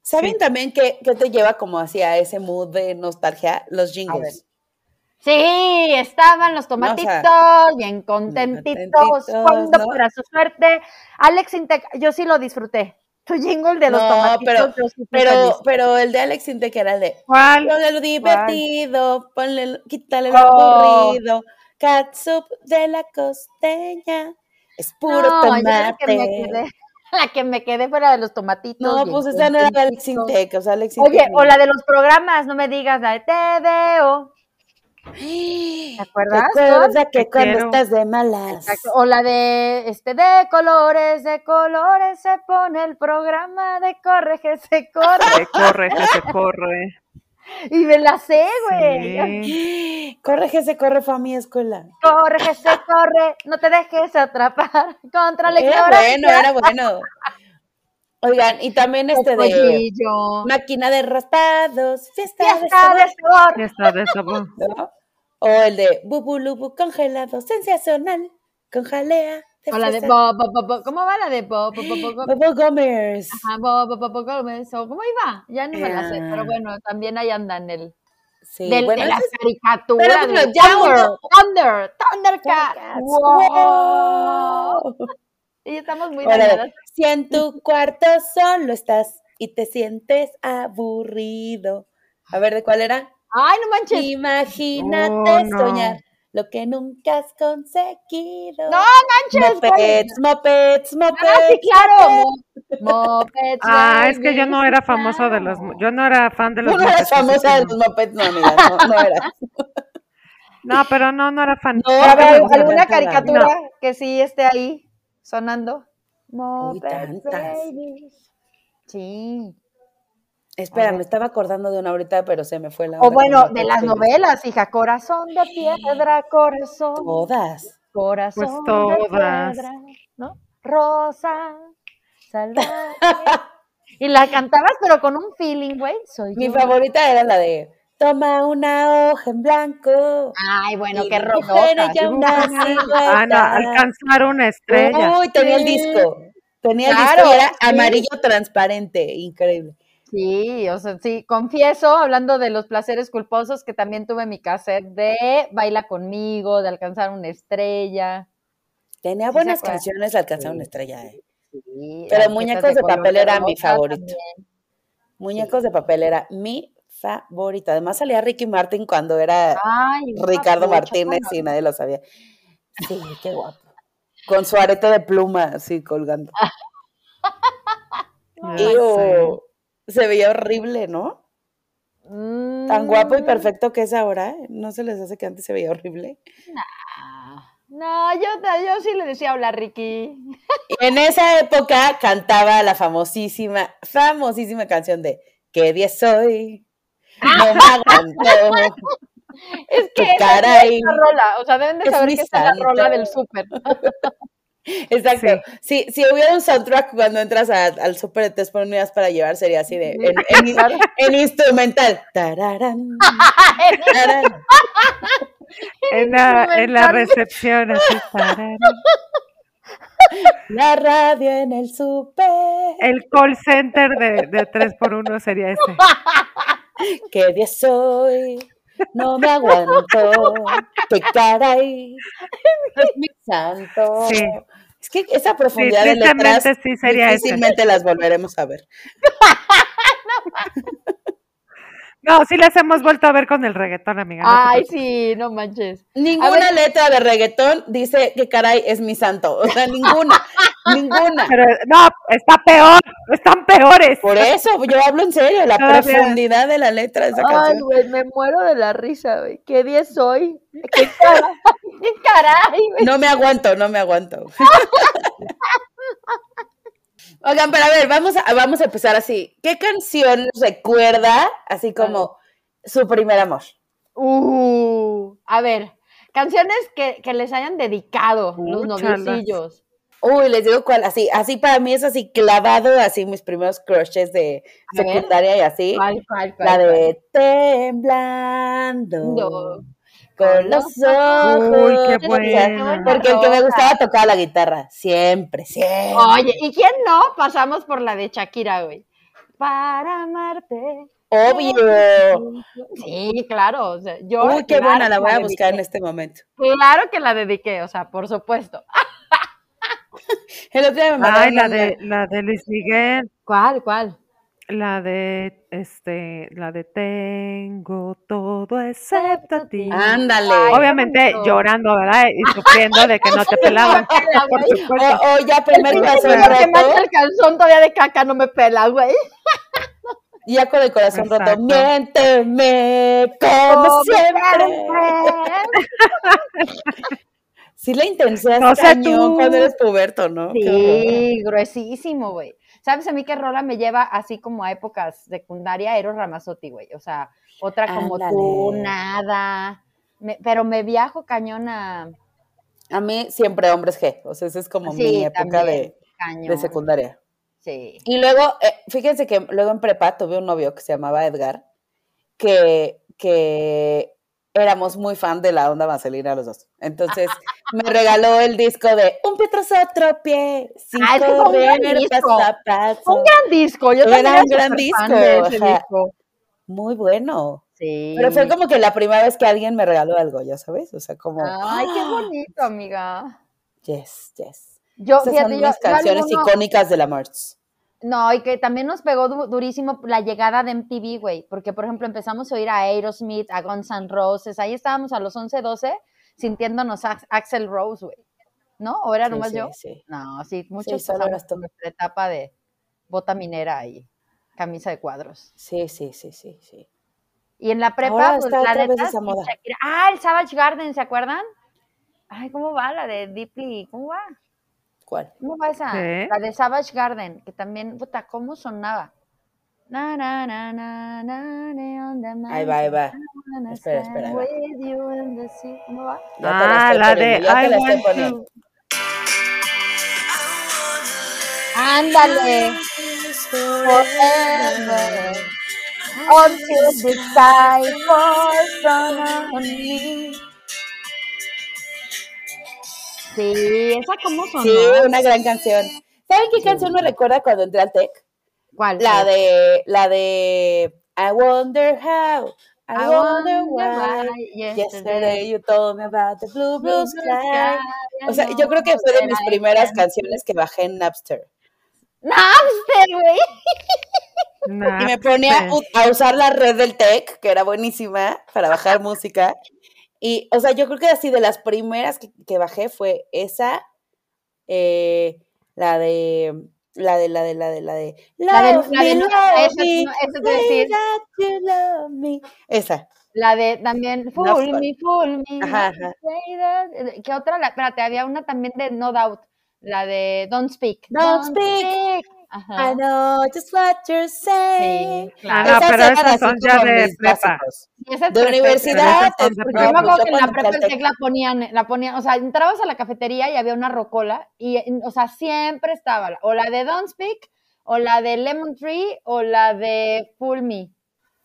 [SPEAKER 1] ¿Saben también que, que te lleva como hacia ese mood de nostalgia? Los jingles.
[SPEAKER 2] Sí, estaban los
[SPEAKER 1] No, o
[SPEAKER 2] tomatitos
[SPEAKER 1] sea,
[SPEAKER 2] bien contentitos,
[SPEAKER 1] contentitos,
[SPEAKER 2] cuando
[SPEAKER 1] ¿no?
[SPEAKER 2] para su suerte. Alex Intec, yo sí lo disfruté. Tu jingle de los
[SPEAKER 1] No,
[SPEAKER 2] tomatitos,
[SPEAKER 1] pero-
[SPEAKER 2] yo sí fui feliz.
[SPEAKER 1] Pero, pero el de Alex Intec era el de
[SPEAKER 6] ¿Cuál?
[SPEAKER 1] Ponle lo divertido, ponle, lo- quítale lo
[SPEAKER 2] Oh.
[SPEAKER 1] aburrido. Catsup de la costeña. Es puro
[SPEAKER 2] No, yo la que me
[SPEAKER 1] tomate.
[SPEAKER 2] quedé- La que me quedé fuera de los tomatitos.
[SPEAKER 1] No,
[SPEAKER 2] bien
[SPEAKER 1] pues esa no era de Alex
[SPEAKER 2] contentitos.
[SPEAKER 1] Intec, o sea, Alex
[SPEAKER 2] Oye,
[SPEAKER 1] Intec no.
[SPEAKER 2] o la de los programas, no me digas la de te veo. ¿Te acuerdas?
[SPEAKER 1] Recuerda que
[SPEAKER 6] Te
[SPEAKER 1] cuando
[SPEAKER 6] quiero.
[SPEAKER 1] estás de malas.
[SPEAKER 2] Exacto, O la de este de colores, de colores se pone el programa de corre que se corre.
[SPEAKER 6] Se corre, que se corre.
[SPEAKER 2] y me la sé, güey.
[SPEAKER 6] Sí.
[SPEAKER 1] Corre que se corre fue a mi escuela.
[SPEAKER 2] Corre que se corre, no te dejes atrapar contra la
[SPEAKER 1] Era
[SPEAKER 2] ignorancia.
[SPEAKER 1] bueno, era bueno. Oigan, y también este de
[SPEAKER 2] Cocoyillo.
[SPEAKER 1] máquina de raspados, fiesta, de
[SPEAKER 2] Fiesta
[SPEAKER 1] sabor,
[SPEAKER 2] de sabor.
[SPEAKER 6] Fiesta de sabor.
[SPEAKER 1] ¿no? O el de bubulubu congelado, sensacional, con jalea.
[SPEAKER 2] O la de
[SPEAKER 1] fresa.
[SPEAKER 2] bo, bo, bo, bo. ¿Cómo va la de bo, bo, bo, bo, bo?
[SPEAKER 1] Bobo Gomers.
[SPEAKER 2] Ajá, bo, bo, bo, bo, Gómez, o "Oh, ¿Cómo iba? Ya no me la sé, pero bueno, también ahí andan el
[SPEAKER 1] Sí,
[SPEAKER 2] del-
[SPEAKER 1] bueno,
[SPEAKER 2] de las
[SPEAKER 1] eso es-
[SPEAKER 2] caricaturas.
[SPEAKER 1] pero bueno,
[SPEAKER 2] de
[SPEAKER 1] ya
[SPEAKER 2] Power,
[SPEAKER 1] uno-
[SPEAKER 2] Thunder, Thundercat.
[SPEAKER 1] Thundercats.
[SPEAKER 2] Wow.
[SPEAKER 1] ¡Wow!
[SPEAKER 2] Y estamos muy
[SPEAKER 1] O la de,
[SPEAKER 2] dañadas.
[SPEAKER 1] si en tu cuarto solo estás y te sientes aburrido. A ver, ¿de cuál era?
[SPEAKER 2] Ay, no manches.
[SPEAKER 1] Imagínate
[SPEAKER 6] Oh, no.
[SPEAKER 1] soñar lo que nunca has conseguido.
[SPEAKER 2] No manches. güey.
[SPEAKER 1] Mopeds, mopeds,
[SPEAKER 2] Ah, sí,
[SPEAKER 1] mopeds.
[SPEAKER 2] claro. Mopeds,
[SPEAKER 6] Ah, es que yo no era
[SPEAKER 2] sí,
[SPEAKER 6] famoso de
[SPEAKER 2] claro.
[SPEAKER 6] los, yo no era fan de
[SPEAKER 1] Tú
[SPEAKER 6] los.
[SPEAKER 1] no eras
[SPEAKER 6] Muppets, así
[SPEAKER 1] famosa de
[SPEAKER 6] que no.
[SPEAKER 1] los mopeds, no, amiga, no, no eras.
[SPEAKER 6] No, pero no, no era fan.
[SPEAKER 1] No,
[SPEAKER 2] A ver,
[SPEAKER 6] Nunca me
[SPEAKER 1] pero
[SPEAKER 6] gustó.
[SPEAKER 2] ¿alguna
[SPEAKER 1] no.
[SPEAKER 2] caricatura que sí esté ahí sonando? Mopeds,
[SPEAKER 1] tantas.
[SPEAKER 2] babies. Sí.
[SPEAKER 1] Espera,
[SPEAKER 2] A ver.
[SPEAKER 1] me estaba acordando de una ahorita, pero se me fue la onda
[SPEAKER 2] O
[SPEAKER 1] con
[SPEAKER 2] bueno,
[SPEAKER 1] los
[SPEAKER 2] de las
[SPEAKER 1] Muppets.
[SPEAKER 2] novelas, hija. Corazón de piedra, corazón,
[SPEAKER 1] Todas.
[SPEAKER 2] corazón
[SPEAKER 6] Pues todas.
[SPEAKER 2] de piedra, ¿no? Rosa, salvaje. y la cantabas, pero con un feeling, güey. Soy
[SPEAKER 1] Mi
[SPEAKER 2] yo.
[SPEAKER 1] favorita era la de Toma una hoja en blanco.
[SPEAKER 2] Ay, bueno,
[SPEAKER 1] y
[SPEAKER 2] Ah, qué
[SPEAKER 1] dibuja en
[SPEAKER 2] rollosa.
[SPEAKER 1] ella una
[SPEAKER 6] Ah, no,
[SPEAKER 1] silueta.
[SPEAKER 6] alcanzar una estrella.
[SPEAKER 1] Uy, tenía el
[SPEAKER 2] Sí.
[SPEAKER 1] disco. Tenía el
[SPEAKER 2] Claro,
[SPEAKER 1] disco y era
[SPEAKER 2] sí.
[SPEAKER 1] amarillo transparente, increíble.
[SPEAKER 2] Sí, o sea, sí, confieso, hablando de los placeres culposos, que también tuve mi cassette de Baila conmigo, de alcanzar una estrella.
[SPEAKER 1] Tenía
[SPEAKER 2] Sí, se
[SPEAKER 1] buenas
[SPEAKER 2] acuerda.
[SPEAKER 1] canciones, alcanzaron una estrella. eh.
[SPEAKER 2] Sí,
[SPEAKER 1] Pero
[SPEAKER 2] las
[SPEAKER 1] Muñecos
[SPEAKER 2] jetas
[SPEAKER 1] de
[SPEAKER 2] color
[SPEAKER 1] Papel era mi
[SPEAKER 2] rosa
[SPEAKER 1] favorito.
[SPEAKER 2] también.
[SPEAKER 1] Muñecos de papel era mi favorita. Además salía Ricky Martin cuando era
[SPEAKER 2] Ay,
[SPEAKER 1] Ricardo
[SPEAKER 2] guapucho,
[SPEAKER 1] Martínez
[SPEAKER 2] ¿cómo
[SPEAKER 1] y nadie lo sabía. Sí, qué guapo. Con su arete de pluma así colgando. Oh,
[SPEAKER 2] no?
[SPEAKER 6] Ya
[SPEAKER 1] Ew, se veía horrible, ¿no? Tan guapo
[SPEAKER 2] Mm.
[SPEAKER 1] y perfecto que es ahora. ¿eh? ¿No se les hace que antes se veía horrible?
[SPEAKER 2] Ah. No, yo, ta- yo sí le decía hola, Ricky.
[SPEAKER 1] Y en esa época cantaba la famosísima, famosísima canción de ¿Qué día soy? No me aguanto.
[SPEAKER 2] Es
[SPEAKER 1] Tu
[SPEAKER 2] que esa
[SPEAKER 1] cara
[SPEAKER 2] es
[SPEAKER 1] y-
[SPEAKER 2] la rola, o sea, deben de
[SPEAKER 1] es
[SPEAKER 2] saber
[SPEAKER 1] mi
[SPEAKER 2] que esa es la
[SPEAKER 1] santo.
[SPEAKER 2] rola del súper.
[SPEAKER 1] Exacto. Si, si hubiera un soundtrack cuando entras a- al E súper de tres por Unidad para llevar, sería así de. En, en- en instrumental. Tararán, tararán.
[SPEAKER 6] En la, en la
[SPEAKER 2] Instrumental.
[SPEAKER 6] recepción, así, tarara.
[SPEAKER 1] La radio en el super.
[SPEAKER 6] El call center de, de 3x1 sería ese.
[SPEAKER 1] ¿Qué día soy? No me aguanto. ¡Qué caray! Dios mío santo!
[SPEAKER 6] Sí.
[SPEAKER 1] Es que esa
[SPEAKER 6] Sí,
[SPEAKER 1] profundidad Oh, de letras
[SPEAKER 6] tristemente sí sería ese.
[SPEAKER 1] difícilmente las volveremos a ver.
[SPEAKER 6] No, sí las hemos vuelto a ver con el reggaetón, amiga. no te
[SPEAKER 2] Ay,
[SPEAKER 6] preocupes.
[SPEAKER 2] sí, no manches.
[SPEAKER 1] Ninguna letra de reggaetón dice que caray es mi santo. O sea, ninguna, ninguna.
[SPEAKER 6] Pero no, está peor, están peores.
[SPEAKER 1] Por eso, yo hablo en serio, la
[SPEAKER 6] Todavía.
[SPEAKER 1] profundidad de la letra de esa
[SPEAKER 2] Ay,
[SPEAKER 1] canción.
[SPEAKER 2] güey, me muero de la risa, güey. ¿Qué 10 soy? ¿Qué caray? ¿Qué caray, güey?
[SPEAKER 1] No me aguanto, no me aguanto. Oigan, pero a ver, vamos a, vamos a empezar así. ¿Qué canción les recuerda así como su primer amor?
[SPEAKER 2] Uh, a ver, canciones que, que les hayan dedicado los
[SPEAKER 6] Úchalas.
[SPEAKER 2] noviecillos.
[SPEAKER 1] Uy, les digo cuál, así, así para mí es así clavado, así mis primeros crushes de
[SPEAKER 2] A ver.
[SPEAKER 1] secundaria y así.
[SPEAKER 2] ¿Cuál, cuál, cuál?
[SPEAKER 1] La
[SPEAKER 2] cuál?
[SPEAKER 1] de temblando
[SPEAKER 2] No.
[SPEAKER 1] con los ojos.
[SPEAKER 6] Uy, qué
[SPEAKER 1] buena.
[SPEAKER 6] buena.
[SPEAKER 1] Porque el que me
[SPEAKER 2] rola.
[SPEAKER 1] gustaba tocaba la guitarra, siempre, siempre.
[SPEAKER 2] Oye, ¿y quién no? Pasamos por la de Shakira, güey. Para amarte.
[SPEAKER 1] Obvio.
[SPEAKER 2] Sí, claro. o sea, yo,
[SPEAKER 1] Uy, qué
[SPEAKER 2] claro
[SPEAKER 1] buena, la
[SPEAKER 2] que
[SPEAKER 1] voy a
[SPEAKER 2] dediqué.
[SPEAKER 1] buscar en este momento.
[SPEAKER 2] Claro que la dediqué, o sea, por supuesto.
[SPEAKER 1] El otro día me mandaron
[SPEAKER 6] Ay, la
[SPEAKER 1] una-
[SPEAKER 6] de, la de Luis Miguel,
[SPEAKER 2] ¿Cuál, cuál?
[SPEAKER 6] la de, este, la de tengo todo excepto a ti.
[SPEAKER 1] Ándale.
[SPEAKER 2] Ay,
[SPEAKER 6] Obviamente
[SPEAKER 2] bonito.
[SPEAKER 6] llorando, ¿verdad? Y sufriendo de que no te pelaban. Por supuesto.
[SPEAKER 1] O, o ya
[SPEAKER 2] El
[SPEAKER 1] primer corazón
[SPEAKER 2] señor que me
[SPEAKER 1] roto,
[SPEAKER 2] hace el calzón todavía de caca no me pela, güey.
[SPEAKER 1] ya con el corazón roto,
[SPEAKER 6] Exacto.
[SPEAKER 1] miénteme como siempre. Sí la intenseas
[SPEAKER 6] No sé
[SPEAKER 1] cañón
[SPEAKER 6] tú.
[SPEAKER 1] cuando eres puberto, ¿no? Qué horror.
[SPEAKER 2] Sí, gruesísimo, güey. ¿Sabes a mí qué rola me lleva así como a épocas secundaria? Eros Ramazotti, güey. O sea, otra como tú,
[SPEAKER 1] Ándale.
[SPEAKER 2] nada. Me- pero me viajo cañona.
[SPEAKER 1] A mí siempre hombres G, o sea, esa es como
[SPEAKER 2] Sí,
[SPEAKER 1] mi época
[SPEAKER 2] también,
[SPEAKER 1] de,
[SPEAKER 2] Cañón.
[SPEAKER 1] de secundaria.
[SPEAKER 2] Sí.
[SPEAKER 1] Y luego, eh, fíjense que luego en prepa tuve un novio que se llamaba Edgar, que, que éramos muy fan de la onda vaselina los dos. Entonces me regaló el disco de Un pie tras otro pie, sin
[SPEAKER 2] Ah, es que fue un gran
[SPEAKER 1] correr
[SPEAKER 2] disco.
[SPEAKER 1] paso a paso.
[SPEAKER 2] Fue un gran disco. Yo
[SPEAKER 1] Era
[SPEAKER 2] también
[SPEAKER 1] un gran
[SPEAKER 2] superfan
[SPEAKER 1] disco,
[SPEAKER 2] de ese
[SPEAKER 1] ajá.
[SPEAKER 2] disco.
[SPEAKER 1] Muy bueno.
[SPEAKER 2] Sí.
[SPEAKER 1] Pero fue como que la primera vez que alguien me regaló algo, ya sabes, o sea, como,
[SPEAKER 2] Ay, qué bonito, amiga.
[SPEAKER 1] yes, yes.
[SPEAKER 2] Yo,
[SPEAKER 1] Esas
[SPEAKER 2] fíjate,
[SPEAKER 1] son
[SPEAKER 2] yo-
[SPEAKER 1] mis
[SPEAKER 2] yo
[SPEAKER 1] canciones
[SPEAKER 2] alguno-
[SPEAKER 1] icónicas de la March.
[SPEAKER 2] No, y que también nos pegó du- durísimo la llegada de MTV, güey, porque por ejemplo empezamos a oír a Aerosmith, a Guns N' Roses, ahí estábamos a los 11, 12 sintiéndonos a Axel Rose, güey, ¿no? ¿O era
[SPEAKER 1] Sí,
[SPEAKER 2] nomás
[SPEAKER 1] sí,
[SPEAKER 2] yo?
[SPEAKER 1] sí.
[SPEAKER 2] No, sí, muchos
[SPEAKER 1] solo
[SPEAKER 2] pasamos
[SPEAKER 1] eras tú.
[SPEAKER 2] por nuestra etapa de bota minera y camisa de cuadros.
[SPEAKER 1] Sí, sí, sí, sí, sí.
[SPEAKER 2] Y en la prepa,
[SPEAKER 1] Ahora
[SPEAKER 2] pues
[SPEAKER 1] está
[SPEAKER 2] la
[SPEAKER 1] otra vez
[SPEAKER 2] neta,
[SPEAKER 1] esa
[SPEAKER 2] sí,
[SPEAKER 1] moda.
[SPEAKER 2] Shakira- Ah, el Savage Garden, ¿se acuerdan? Ay, ¿cómo va la de Deeply? ¿Cómo va?
[SPEAKER 1] ¿Cuál?
[SPEAKER 2] ¿Cómo va esa?
[SPEAKER 6] ¿Qué?
[SPEAKER 2] La de Savage Garden, que también, puta, ¿cómo sonaba? Na, na, na, na, na, neon the
[SPEAKER 1] Ahí va, ahí
[SPEAKER 2] mountain,
[SPEAKER 1] va.
[SPEAKER 2] I wanna
[SPEAKER 1] Espera, espera, ahí
[SPEAKER 2] stand
[SPEAKER 1] va.
[SPEAKER 2] with you in the sea. ¿Cómo va?
[SPEAKER 1] Ya te la
[SPEAKER 6] Ah,
[SPEAKER 1] estoy
[SPEAKER 6] la de
[SPEAKER 1] poniendo, ya te
[SPEAKER 6] I
[SPEAKER 1] la estoy
[SPEAKER 6] want to.
[SPEAKER 1] poniendo.
[SPEAKER 2] Ándale. Forever. Until the sky falls down on me. Sí, esa cómo sonó.
[SPEAKER 1] Sí, una gran canción. ¿Saben qué canción me recuerda cuando entré al TEC?
[SPEAKER 2] ¿Cuál?
[SPEAKER 1] La
[SPEAKER 2] cuál?
[SPEAKER 1] de, la de I wonder how, I,
[SPEAKER 2] I
[SPEAKER 1] wonder
[SPEAKER 2] wonder
[SPEAKER 1] why.
[SPEAKER 2] why yesterday.
[SPEAKER 1] Yesterday you told me about the blue blue sky. O sea,
[SPEAKER 2] I
[SPEAKER 1] yo creo que
[SPEAKER 2] know
[SPEAKER 1] fue de
[SPEAKER 2] that
[SPEAKER 1] mis
[SPEAKER 2] I
[SPEAKER 1] primeras
[SPEAKER 2] can-
[SPEAKER 1] canciones que bajé en Napster.
[SPEAKER 2] Napster, güey.
[SPEAKER 6] Nah,
[SPEAKER 1] Y me ponía a
[SPEAKER 6] pues,
[SPEAKER 1] u- a usar la red del TEC, que era buenísima para bajar música. Y, o sea, yo creo que así de las primeras que, que bajé fue esa, eh, la de, la de, la de, la de, la de,
[SPEAKER 2] La de-
[SPEAKER 1] "Love
[SPEAKER 2] la de
[SPEAKER 1] me,
[SPEAKER 2] Lu-
[SPEAKER 1] love
[SPEAKER 2] esa-
[SPEAKER 1] me,
[SPEAKER 2] no, esa te iba a
[SPEAKER 1] say
[SPEAKER 2] decir.
[SPEAKER 1] that you love me". Esa,
[SPEAKER 2] La de también Fool
[SPEAKER 1] Napster.
[SPEAKER 2] Me, Fool Me.
[SPEAKER 1] pues, Ajá,
[SPEAKER 2] don't
[SPEAKER 1] ajá.
[SPEAKER 2] say that. eh, ¿Qué otra? La, espérate, había una también de No Doubt. La de Don't Speak.
[SPEAKER 1] Don't Speak.
[SPEAKER 2] Ajá.
[SPEAKER 1] I know just what you're saying.
[SPEAKER 2] Sí, claro.
[SPEAKER 6] Ah, pero
[SPEAKER 1] eran
[SPEAKER 6] esas
[SPEAKER 1] así
[SPEAKER 6] son ya
[SPEAKER 1] como
[SPEAKER 6] de
[SPEAKER 1] mis
[SPEAKER 6] prepa.
[SPEAKER 1] básicos.
[SPEAKER 2] Y esa es
[SPEAKER 1] De
[SPEAKER 2] perfecta.
[SPEAKER 1] universidad,
[SPEAKER 6] Pero esas son de
[SPEAKER 2] Yo
[SPEAKER 6] prepa.
[SPEAKER 2] me
[SPEAKER 1] escuchaba
[SPEAKER 2] acuerdo
[SPEAKER 1] mucho
[SPEAKER 2] que en la
[SPEAKER 1] cuando entré
[SPEAKER 2] prepa
[SPEAKER 1] al
[SPEAKER 2] el
[SPEAKER 1] TEC.
[SPEAKER 2] tec la ponían, la ponían, o sea, entrabas a la cafetería y había una rocola y, en- o sea, siempre estaba, la- o la de Don't Speak, o la de Lemon Tree, o la de Full Me.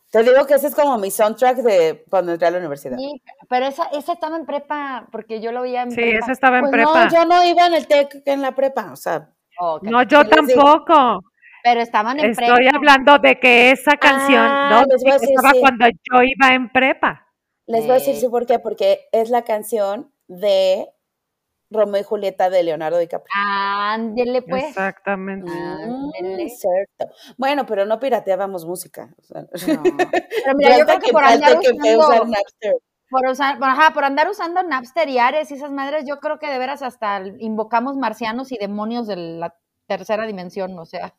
[SPEAKER 1] Te digo que ese es como mi soundtrack de cuando entré a la universidad.
[SPEAKER 2] Sí, pero esa, esa estaba en prepa, porque yo lo veía en
[SPEAKER 6] Sí,
[SPEAKER 2] prepa.
[SPEAKER 6] esa estaba en
[SPEAKER 1] Pues
[SPEAKER 6] prepa.
[SPEAKER 1] no, yo no iba en el TEC en la prepa, o sea,
[SPEAKER 2] Ok,
[SPEAKER 6] no, yo
[SPEAKER 1] les digo.
[SPEAKER 6] tampoco.
[SPEAKER 2] Pero estaban en prepa.
[SPEAKER 6] Estoy hablando de que esa canción
[SPEAKER 1] Ah,
[SPEAKER 6] no
[SPEAKER 1] les voy a decir,
[SPEAKER 6] estaba
[SPEAKER 1] sí.
[SPEAKER 6] cuando yo iba en prepa.
[SPEAKER 1] les voy a decir
[SPEAKER 2] Sí.
[SPEAKER 1] sí por qué, porque es la canción de Romeo y Julieta de Leonardo DiCaprio.
[SPEAKER 2] Ándele, pues.
[SPEAKER 6] Exactamente.
[SPEAKER 2] Ah, ándele.
[SPEAKER 1] Mm, cierto. Bueno, pero no pirateábamos música. o sea,
[SPEAKER 2] No. Pero mira, yo
[SPEAKER 1] falta
[SPEAKER 2] creo que por
[SPEAKER 1] falta
[SPEAKER 2] andar
[SPEAKER 1] que fue usar
[SPEAKER 2] usando,
[SPEAKER 1] Napster.
[SPEAKER 2] por, usar, por- ajá, por andar usando Napster y Ares y esas madres, yo creo que de veras hasta invocamos marcianos y demonios de la tercera dimensión, o sea,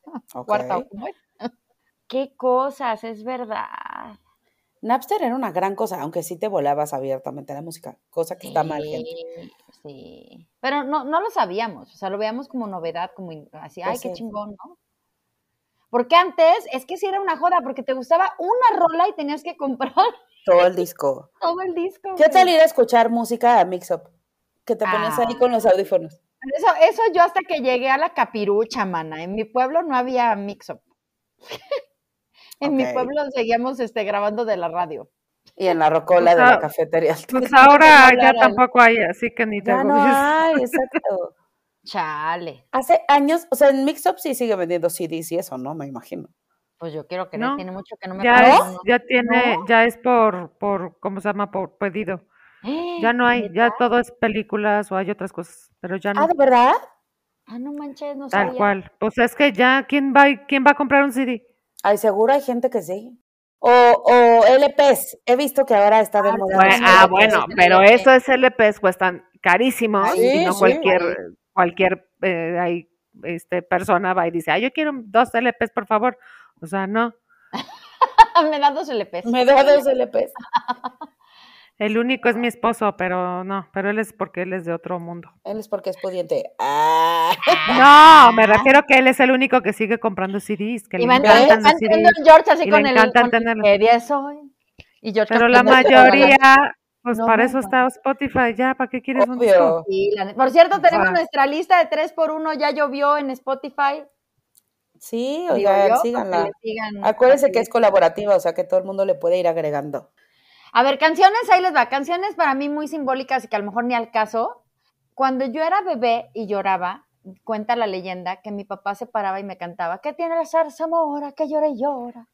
[SPEAKER 2] cuarta.
[SPEAKER 1] Ok.
[SPEAKER 2] o ¿cómo es? Qué cosas, es verdad.
[SPEAKER 1] Napster era una gran cosa, aunque sí te volabas abiertamente a la música, cosa que está mal, gente.
[SPEAKER 2] Sí, Sí. Pero no, no lo sabíamos, o sea, lo veíamos como novedad, como in- así, ay,
[SPEAKER 1] Pues
[SPEAKER 2] qué
[SPEAKER 1] sí.
[SPEAKER 2] chingón, ¿no? Porque antes es que sí era una joda, porque te gustaba una rola y tenías que comprar
[SPEAKER 1] Todo el disco.
[SPEAKER 2] todo el disco.
[SPEAKER 1] ¿Qué
[SPEAKER 2] güey.
[SPEAKER 1] tal ir a escuchar música a Mixup? Que te ponías
[SPEAKER 2] Ah.
[SPEAKER 1] ahí con los audífonos.
[SPEAKER 2] Eso, eso yo hasta que llegué a la capirucha, mana. En mi pueblo no había mix-up. en mi
[SPEAKER 1] Ok.
[SPEAKER 2] pueblo seguíamos este, grabando de la radio.
[SPEAKER 1] Y en la rocola de
[SPEAKER 6] Pues,
[SPEAKER 1] la
[SPEAKER 6] ah,
[SPEAKER 1] cafetería.
[SPEAKER 6] Pues ahora
[SPEAKER 1] hablar
[SPEAKER 6] ya
[SPEAKER 1] al-
[SPEAKER 6] tampoco hay, así que ni te
[SPEAKER 1] Ya no
[SPEAKER 6] agobies.
[SPEAKER 1] hay, exacto.
[SPEAKER 2] Chale.
[SPEAKER 1] Hace años, o sea, en Mixup sí sigue vendiendo CDs y eso, ¿no? Me imagino.
[SPEAKER 2] Pues yo quiero creer,
[SPEAKER 6] No,
[SPEAKER 2] tiene mucho que no me
[SPEAKER 6] Ya
[SPEAKER 2] acuerdo,
[SPEAKER 6] es, ya tiene, ya es por, por, ¿cómo se llama? Por pedido.
[SPEAKER 2] ¿no?
[SPEAKER 6] Ya no hay,
[SPEAKER 2] ¿Neta?
[SPEAKER 6] ya todo es películas o hay otras cosas, pero ya
[SPEAKER 1] Ah,
[SPEAKER 6] no,
[SPEAKER 1] ¿de verdad?
[SPEAKER 2] Ah, no manches, no
[SPEAKER 6] tal
[SPEAKER 2] sabía.
[SPEAKER 6] cual. Pues es que ya, ¿quién va, y- quién va a comprar un CD?
[SPEAKER 1] Ay, seguro hay gente que sí. O, o LPs. He visto que ahora está de moda.
[SPEAKER 2] Bueno,
[SPEAKER 1] los
[SPEAKER 2] ah,
[SPEAKER 1] LPs.
[SPEAKER 2] bueno, pero eso
[SPEAKER 6] es LPs, cuestan carísimos,
[SPEAKER 1] y pues, este, Sí, no sí.
[SPEAKER 2] cualquier-
[SPEAKER 6] cualquier eh, este, persona va y dice, ah, yo quiero dos LPs, por favor. O sea, no.
[SPEAKER 2] me da dos LPs.
[SPEAKER 1] Me da dos LPs.
[SPEAKER 6] El único es mi esposo, pero no, pero él es porque él es de otro mundo.
[SPEAKER 1] Él es porque es pudiente. Ah.
[SPEAKER 6] No, me refiero que él es el único que sigue comprando CDs, que
[SPEAKER 2] Y
[SPEAKER 6] le
[SPEAKER 2] va
[SPEAKER 6] encantan los
[SPEAKER 2] entrando
[SPEAKER 6] CDs.
[SPEAKER 2] George así
[SPEAKER 6] y le
[SPEAKER 2] con el,
[SPEAKER 6] encantan
[SPEAKER 2] con el
[SPEAKER 6] tenerlos.
[SPEAKER 2] que día soy. Y George
[SPEAKER 6] Pero la
[SPEAKER 2] cantando toda la
[SPEAKER 6] mayoría, pues
[SPEAKER 2] No,
[SPEAKER 6] para eso
[SPEAKER 2] no.
[SPEAKER 6] está Spotify, ya, ¿para qué quieres un disco?
[SPEAKER 1] Obvio.
[SPEAKER 2] Sí, la ne- Por cierto, tenemos
[SPEAKER 6] Ajá.
[SPEAKER 2] nuestra lista de 3x1, ya llovió en Spotify.
[SPEAKER 1] Sí,
[SPEAKER 2] digo yo,
[SPEAKER 1] oigan,
[SPEAKER 2] Mm, para que
[SPEAKER 1] síganla.
[SPEAKER 2] le sigan
[SPEAKER 1] Acuérdense que
[SPEAKER 2] haciendo.
[SPEAKER 1] es colaborativa, o sea que todo el mundo le puede ir agregando.
[SPEAKER 2] A ver, canciones, ahí les va. Canciones para mí muy simbólicas y que a lo mejor ni al caso. Cuando yo era bebé y lloraba, cuenta la leyenda que mi papá se paraba y me cantaba, ¿qué tiene la zarzamora que llora y llora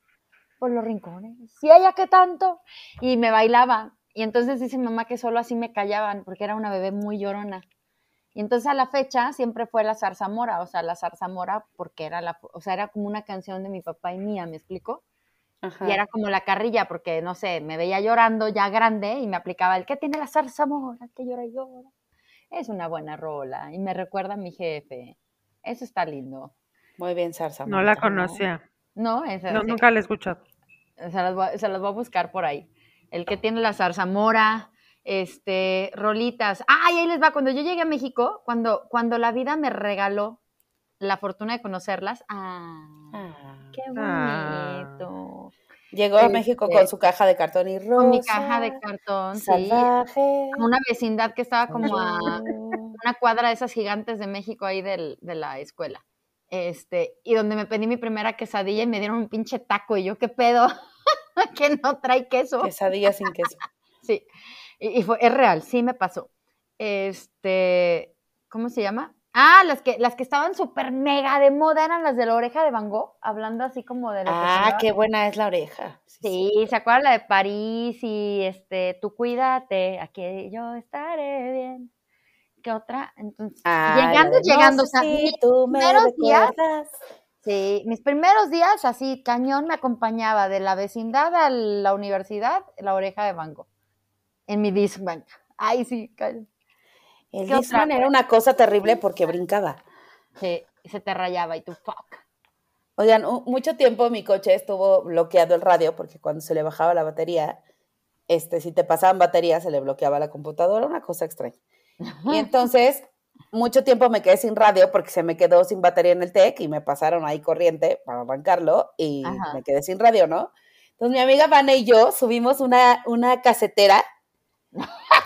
[SPEAKER 2] por los rincones? ¿Y ella qué tanto? Y me bailaba. Y entonces dice mi mamá que solo así me callaban porque era una bebé muy llorona. Y entonces a la fecha siempre fue la zarzamora, o sea, la zarzamora porque era la, o sea, era como una canción de mi papá y mía, ¿me explico? Y era como la carrilla, porque no sé, me veía llorando ya grande y me aplicaba el que tiene la zarzamora, que llora y llora. Es una buena rola y me recuerda a mi jefe. Eso está lindo.
[SPEAKER 1] Muy bien, Sarsa.
[SPEAKER 6] No la conocía,
[SPEAKER 2] No, esa,
[SPEAKER 6] no,
[SPEAKER 2] sí,
[SPEAKER 6] nunca la he escuchado.
[SPEAKER 2] se, las voy, se las voy a buscar por ahí. El que tiene la zarzamora, este, rolitas. Ah, y ahí les va. Cuando yo llegué a México, cuando, cuando la vida me regaló la fortuna de conocerlas. Ah, qué bonito.
[SPEAKER 6] Ah.
[SPEAKER 1] Llegó a
[SPEAKER 2] Este,
[SPEAKER 1] México con su caja de cartón y rosa.
[SPEAKER 2] Con mi caja de cartón, sí.
[SPEAKER 1] Salvaje.
[SPEAKER 2] a una vecindad que estaba como a
[SPEAKER 1] Mm.
[SPEAKER 2] una cuadra de esas gigantes de México ahí del- de la escuela. Este, y donde me pedí mi primera quesadilla y me dieron un pinche taco y yo, ¿qué pedo? que no trae queso.
[SPEAKER 1] Quesadilla sin queso.
[SPEAKER 2] Sí. Y, y fue, es real, sí me pasó. Este, ¿cómo se llama? Ah, las que, las que estaban súper mega de moda eran las de la oreja de Van Gogh, hablando así como de lo que
[SPEAKER 1] Ah,
[SPEAKER 2] sonaba.
[SPEAKER 1] qué buena es la oreja.
[SPEAKER 2] Sí, ¿se acuerdan la de París y este, tú cuídate, aquí yo estaré bien? ¿Qué otra? Entonces,
[SPEAKER 1] Ay,
[SPEAKER 2] llegando,
[SPEAKER 1] no
[SPEAKER 2] llegando,
[SPEAKER 1] sé
[SPEAKER 2] o sea,
[SPEAKER 1] si
[SPEAKER 2] mis
[SPEAKER 1] tú me
[SPEAKER 2] primeros días,
[SPEAKER 1] recuerdas.
[SPEAKER 2] sí, mis primeros días así, cañón me acompañaba de la vecindad a la universidad, la oreja de banco, en mi Discman. Ay, sí, cañón.
[SPEAKER 1] El
[SPEAKER 2] ¿Qué otra?
[SPEAKER 1] Discman era una cosa terrible porque brincaba.
[SPEAKER 2] Sí, se te rayaba y tú, fuck.
[SPEAKER 1] Oigan, u- mucho tiempo mi coche estuvo bloqueado el radio porque cuando se le bajaba la batería, este, si te pasaban batería, se le bloqueaba la computadora, una cosa extraña. Y entonces, mucho tiempo me quedé sin radio porque se me quedó sin batería en el TEC y me pasaron ahí corriente para arrancarlo y
[SPEAKER 2] Ajá.
[SPEAKER 1] me quedé sin radio, ¿no? Entonces, mi amiga Vane y yo subimos una, una casetera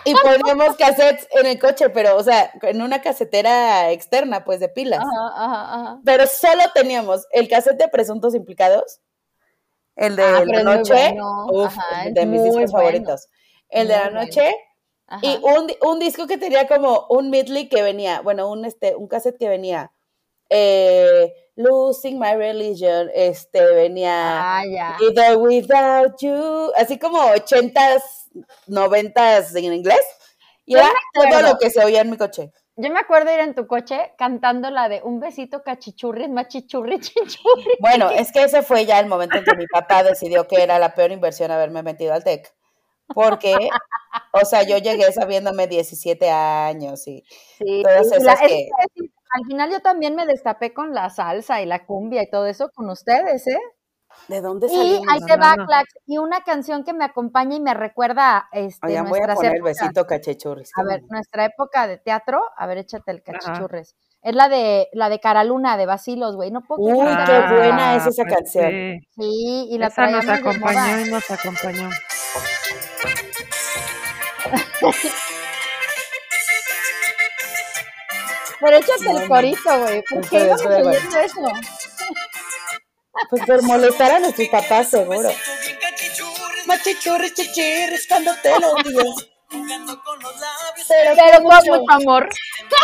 [SPEAKER 1] y poníamos cassettes en el coche, pero, o sea, en una casetera externa, pues, de pilas
[SPEAKER 2] Ajá, ajá, ajá.
[SPEAKER 1] pero solo teníamos el cassette de presuntos implicados El de
[SPEAKER 2] Ah, pero
[SPEAKER 1] la
[SPEAKER 2] es muy
[SPEAKER 1] noche,
[SPEAKER 2] bueno.
[SPEAKER 1] uf,
[SPEAKER 2] Ajá, es
[SPEAKER 1] de mis
[SPEAKER 2] muy
[SPEAKER 1] discos
[SPEAKER 2] bueno.
[SPEAKER 1] favoritos. El de
[SPEAKER 2] Muy
[SPEAKER 1] la
[SPEAKER 2] bueno.
[SPEAKER 1] noche
[SPEAKER 2] Ajá.
[SPEAKER 1] y un, di- un disco que tenía como un midley que venía, bueno, un este, un cassette que venía eh, Losing My Religion, este venía
[SPEAKER 2] Ah, ya.
[SPEAKER 1] Either Without You, así como ochentas, noventas en inglés. Y
[SPEAKER 2] Yo
[SPEAKER 1] era
[SPEAKER 2] me acuerdo.
[SPEAKER 1] todo lo que se oía en mi coche.
[SPEAKER 2] Yo me acuerdo ir en tu coche cantando la de un besito cachichurri, machichurri, chichurri.
[SPEAKER 1] Bueno, es que ese fue ya el momento en que mi papá decidió que era la peor inversión haberme metido al TEC. Porque, o sea, yo llegué sabiéndome 17 años y
[SPEAKER 2] Sí,
[SPEAKER 1] Todas
[SPEAKER 2] y la-
[SPEAKER 1] esas Pues
[SPEAKER 2] es
[SPEAKER 1] que-
[SPEAKER 2] que sí, al final yo también me destapé con la salsa y la cumbia y todo eso con ustedes, ¿eh?
[SPEAKER 1] ¿de dónde
[SPEAKER 2] Y
[SPEAKER 1] salimos?
[SPEAKER 2] ahí te va,
[SPEAKER 6] no.
[SPEAKER 2] Clax, y una canción que me acompaña y me recuerda este,
[SPEAKER 1] Oigan, voy a
[SPEAKER 2] nuestras
[SPEAKER 1] poner el
[SPEAKER 2] épocas.
[SPEAKER 1] besito cachechurris.
[SPEAKER 2] A ver, nuestra época de teatro, a ver, échate el
[SPEAKER 6] Ajá.
[SPEAKER 2] cachichurres. Es la de la de Caraluna de Basilos, güey. No puedo
[SPEAKER 1] Uy,
[SPEAKER 2] creer que
[SPEAKER 1] qué
[SPEAKER 2] ya-
[SPEAKER 1] buena es esa canción.
[SPEAKER 6] ah, pues sí.
[SPEAKER 2] Sí, y la
[SPEAKER 6] Esa nos
[SPEAKER 2] traíamos de moda.
[SPEAKER 6] acompañó y nos acompañó.
[SPEAKER 2] Pero échate el
[SPEAKER 1] Bueno.
[SPEAKER 2] corito, güey. ¿Por qué
[SPEAKER 1] Espera,
[SPEAKER 2] íbamos
[SPEAKER 1] espera, güey.
[SPEAKER 2] oyendo eso?
[SPEAKER 1] Pues por molestar a nuestros papás, seguro.
[SPEAKER 5] Besito bien cachichurris,
[SPEAKER 1] Machechurris, chichirris, cuando te lo digo.
[SPEAKER 5] jugando con los labios.
[SPEAKER 2] Pero con mucho amor.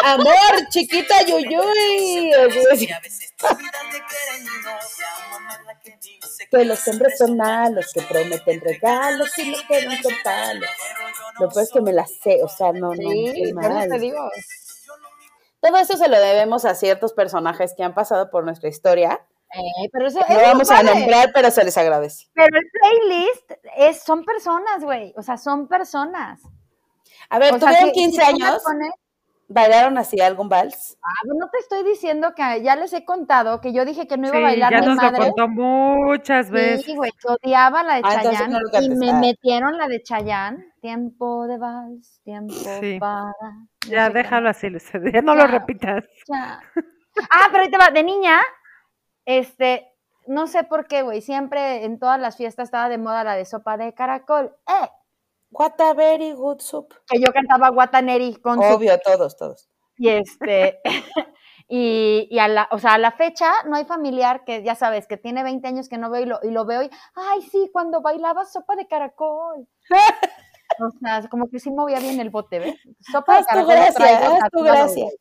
[SPEAKER 1] Amor, chiquita Yuyuy. Así
[SPEAKER 5] Y
[SPEAKER 1] es.
[SPEAKER 5] a veces te olvidas de que eres novia, mamá la que dice
[SPEAKER 1] Que los hombres son malos, que prometen regalos y los que no son palos. Lo peor es que me la sé, o sea, no, no,
[SPEAKER 2] Sí,
[SPEAKER 1] qué
[SPEAKER 2] por eso
[SPEAKER 1] mal.
[SPEAKER 2] te digo.
[SPEAKER 1] Todo eso se lo debemos a ciertos personajes que han pasado por nuestra historia.
[SPEAKER 2] Eh, pero eso,
[SPEAKER 1] No
[SPEAKER 2] eso
[SPEAKER 1] vamos a
[SPEAKER 2] padre.
[SPEAKER 1] nombrar, pero se les agradece.
[SPEAKER 2] Pero el playlist es, son personas, güey. O sea, son personas.
[SPEAKER 1] A ver,
[SPEAKER 2] O sea,
[SPEAKER 1] tuvieron
[SPEAKER 2] si-
[SPEAKER 1] 15
[SPEAKER 2] si tú me
[SPEAKER 1] años,
[SPEAKER 2] pones-
[SPEAKER 1] bailaron así algún vals.
[SPEAKER 2] Ah, no te estoy diciendo que ah, ya les he contado que yo dije que no iba a
[SPEAKER 6] Sí,
[SPEAKER 2] bailar
[SPEAKER 6] ya
[SPEAKER 2] mi
[SPEAKER 6] nos
[SPEAKER 2] madre.
[SPEAKER 6] lo contó muchas veces.
[SPEAKER 2] Sí, güey, yo odiaba la de
[SPEAKER 1] Ah, entonces
[SPEAKER 2] Chayanne
[SPEAKER 1] no lo
[SPEAKER 2] y
[SPEAKER 1] cantes.
[SPEAKER 2] me
[SPEAKER 1] Ah.
[SPEAKER 2] metieron la de Chayanne. Tiempo de vals, tiempo
[SPEAKER 6] Sí.
[SPEAKER 2] para. no
[SPEAKER 6] Ya
[SPEAKER 2] sé qué.
[SPEAKER 6] déjalo así, Luis, ya no
[SPEAKER 2] Ya.
[SPEAKER 6] lo repitas.
[SPEAKER 2] Ya. Ah, pero ahí te va, de niña, este, no sé por qué, güey, siempre en todas las fiestas estaba de moda la de sopa de caracol. Eh,
[SPEAKER 1] What a very good soup.
[SPEAKER 2] que yo cantaba Guataneri con su
[SPEAKER 1] Obvio, todos, todos.
[SPEAKER 2] Y este, y, y a la, o sea, a la fecha no hay familiar que, ya sabes, que tiene 20 años que no veo y lo, y lo veo y, ay, sí, cuando bailaba sopa de caracol. O sea, como que sí movía bien el bote, ¿ves? Sopa
[SPEAKER 1] Haz
[SPEAKER 2] de
[SPEAKER 1] Ah, tu
[SPEAKER 2] caracol. lo
[SPEAKER 1] gracia,
[SPEAKER 2] traigo
[SPEAKER 1] haz tu
[SPEAKER 2] tatuado,
[SPEAKER 1] gracia.
[SPEAKER 2] güey.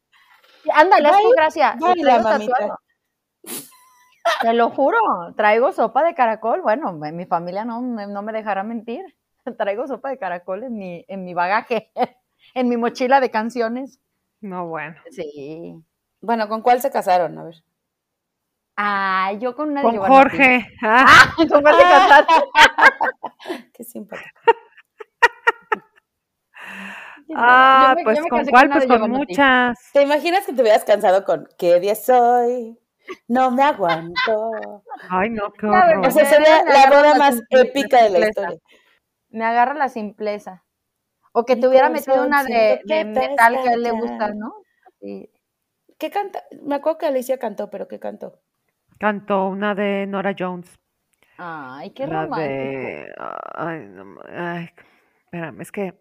[SPEAKER 2] Sí, Ándale, haz tu
[SPEAKER 1] Baila-
[SPEAKER 2] gracia. lo
[SPEAKER 1] baila,
[SPEAKER 2] traigo
[SPEAKER 1] mamita.
[SPEAKER 2] tatuado. Te lo juro, traigo sopa de caracol. Bueno, me- mi familia no, me- no me dejará mentir. Traigo sopa de caracol en mi, en mi bagaje, en mi mochila de canciones.
[SPEAKER 6] No, bueno.
[SPEAKER 2] Sí.
[SPEAKER 1] Bueno, ¿con cuál se casaron? A ver.
[SPEAKER 2] Ah, yo con una de
[SPEAKER 6] Con
[SPEAKER 2] Giovanna Ortiz.
[SPEAKER 6] Jorge. Ah,
[SPEAKER 2] ¿Con cuál te casaste?
[SPEAKER 1] Qué simpático.
[SPEAKER 6] ah,
[SPEAKER 2] yo me- yo
[SPEAKER 6] pues
[SPEAKER 2] me
[SPEAKER 6] con
[SPEAKER 2] casé
[SPEAKER 6] cuál,
[SPEAKER 2] con una
[SPEAKER 6] pues
[SPEAKER 2] de
[SPEAKER 6] con
[SPEAKER 2] Giovanna Ortiz.
[SPEAKER 6] muchas.
[SPEAKER 1] ¿Te imaginas que te hubieras cansado con qué día soy? No me aguanto.
[SPEAKER 6] Ay, no, qué
[SPEAKER 2] Una de
[SPEAKER 6] horror.
[SPEAKER 1] O sea, sería la boda más épica de la historia.
[SPEAKER 2] Me agarra la simpleza. O que
[SPEAKER 1] Mi
[SPEAKER 2] te hubiera
[SPEAKER 1] corazón
[SPEAKER 2] metido una de,
[SPEAKER 1] siento
[SPEAKER 2] de
[SPEAKER 1] que te
[SPEAKER 2] metal que a él le
[SPEAKER 1] estalla.
[SPEAKER 2] gusta, ¿no? Sí.
[SPEAKER 1] ¿Qué canta? Me acuerdo que Alicia cantó, pero ¿qué cantó?
[SPEAKER 6] Cantó una de Nora Jones.
[SPEAKER 2] Ay, qué
[SPEAKER 6] la
[SPEAKER 2] romántico.
[SPEAKER 6] de... Ay, no ma- ay, espérame, es que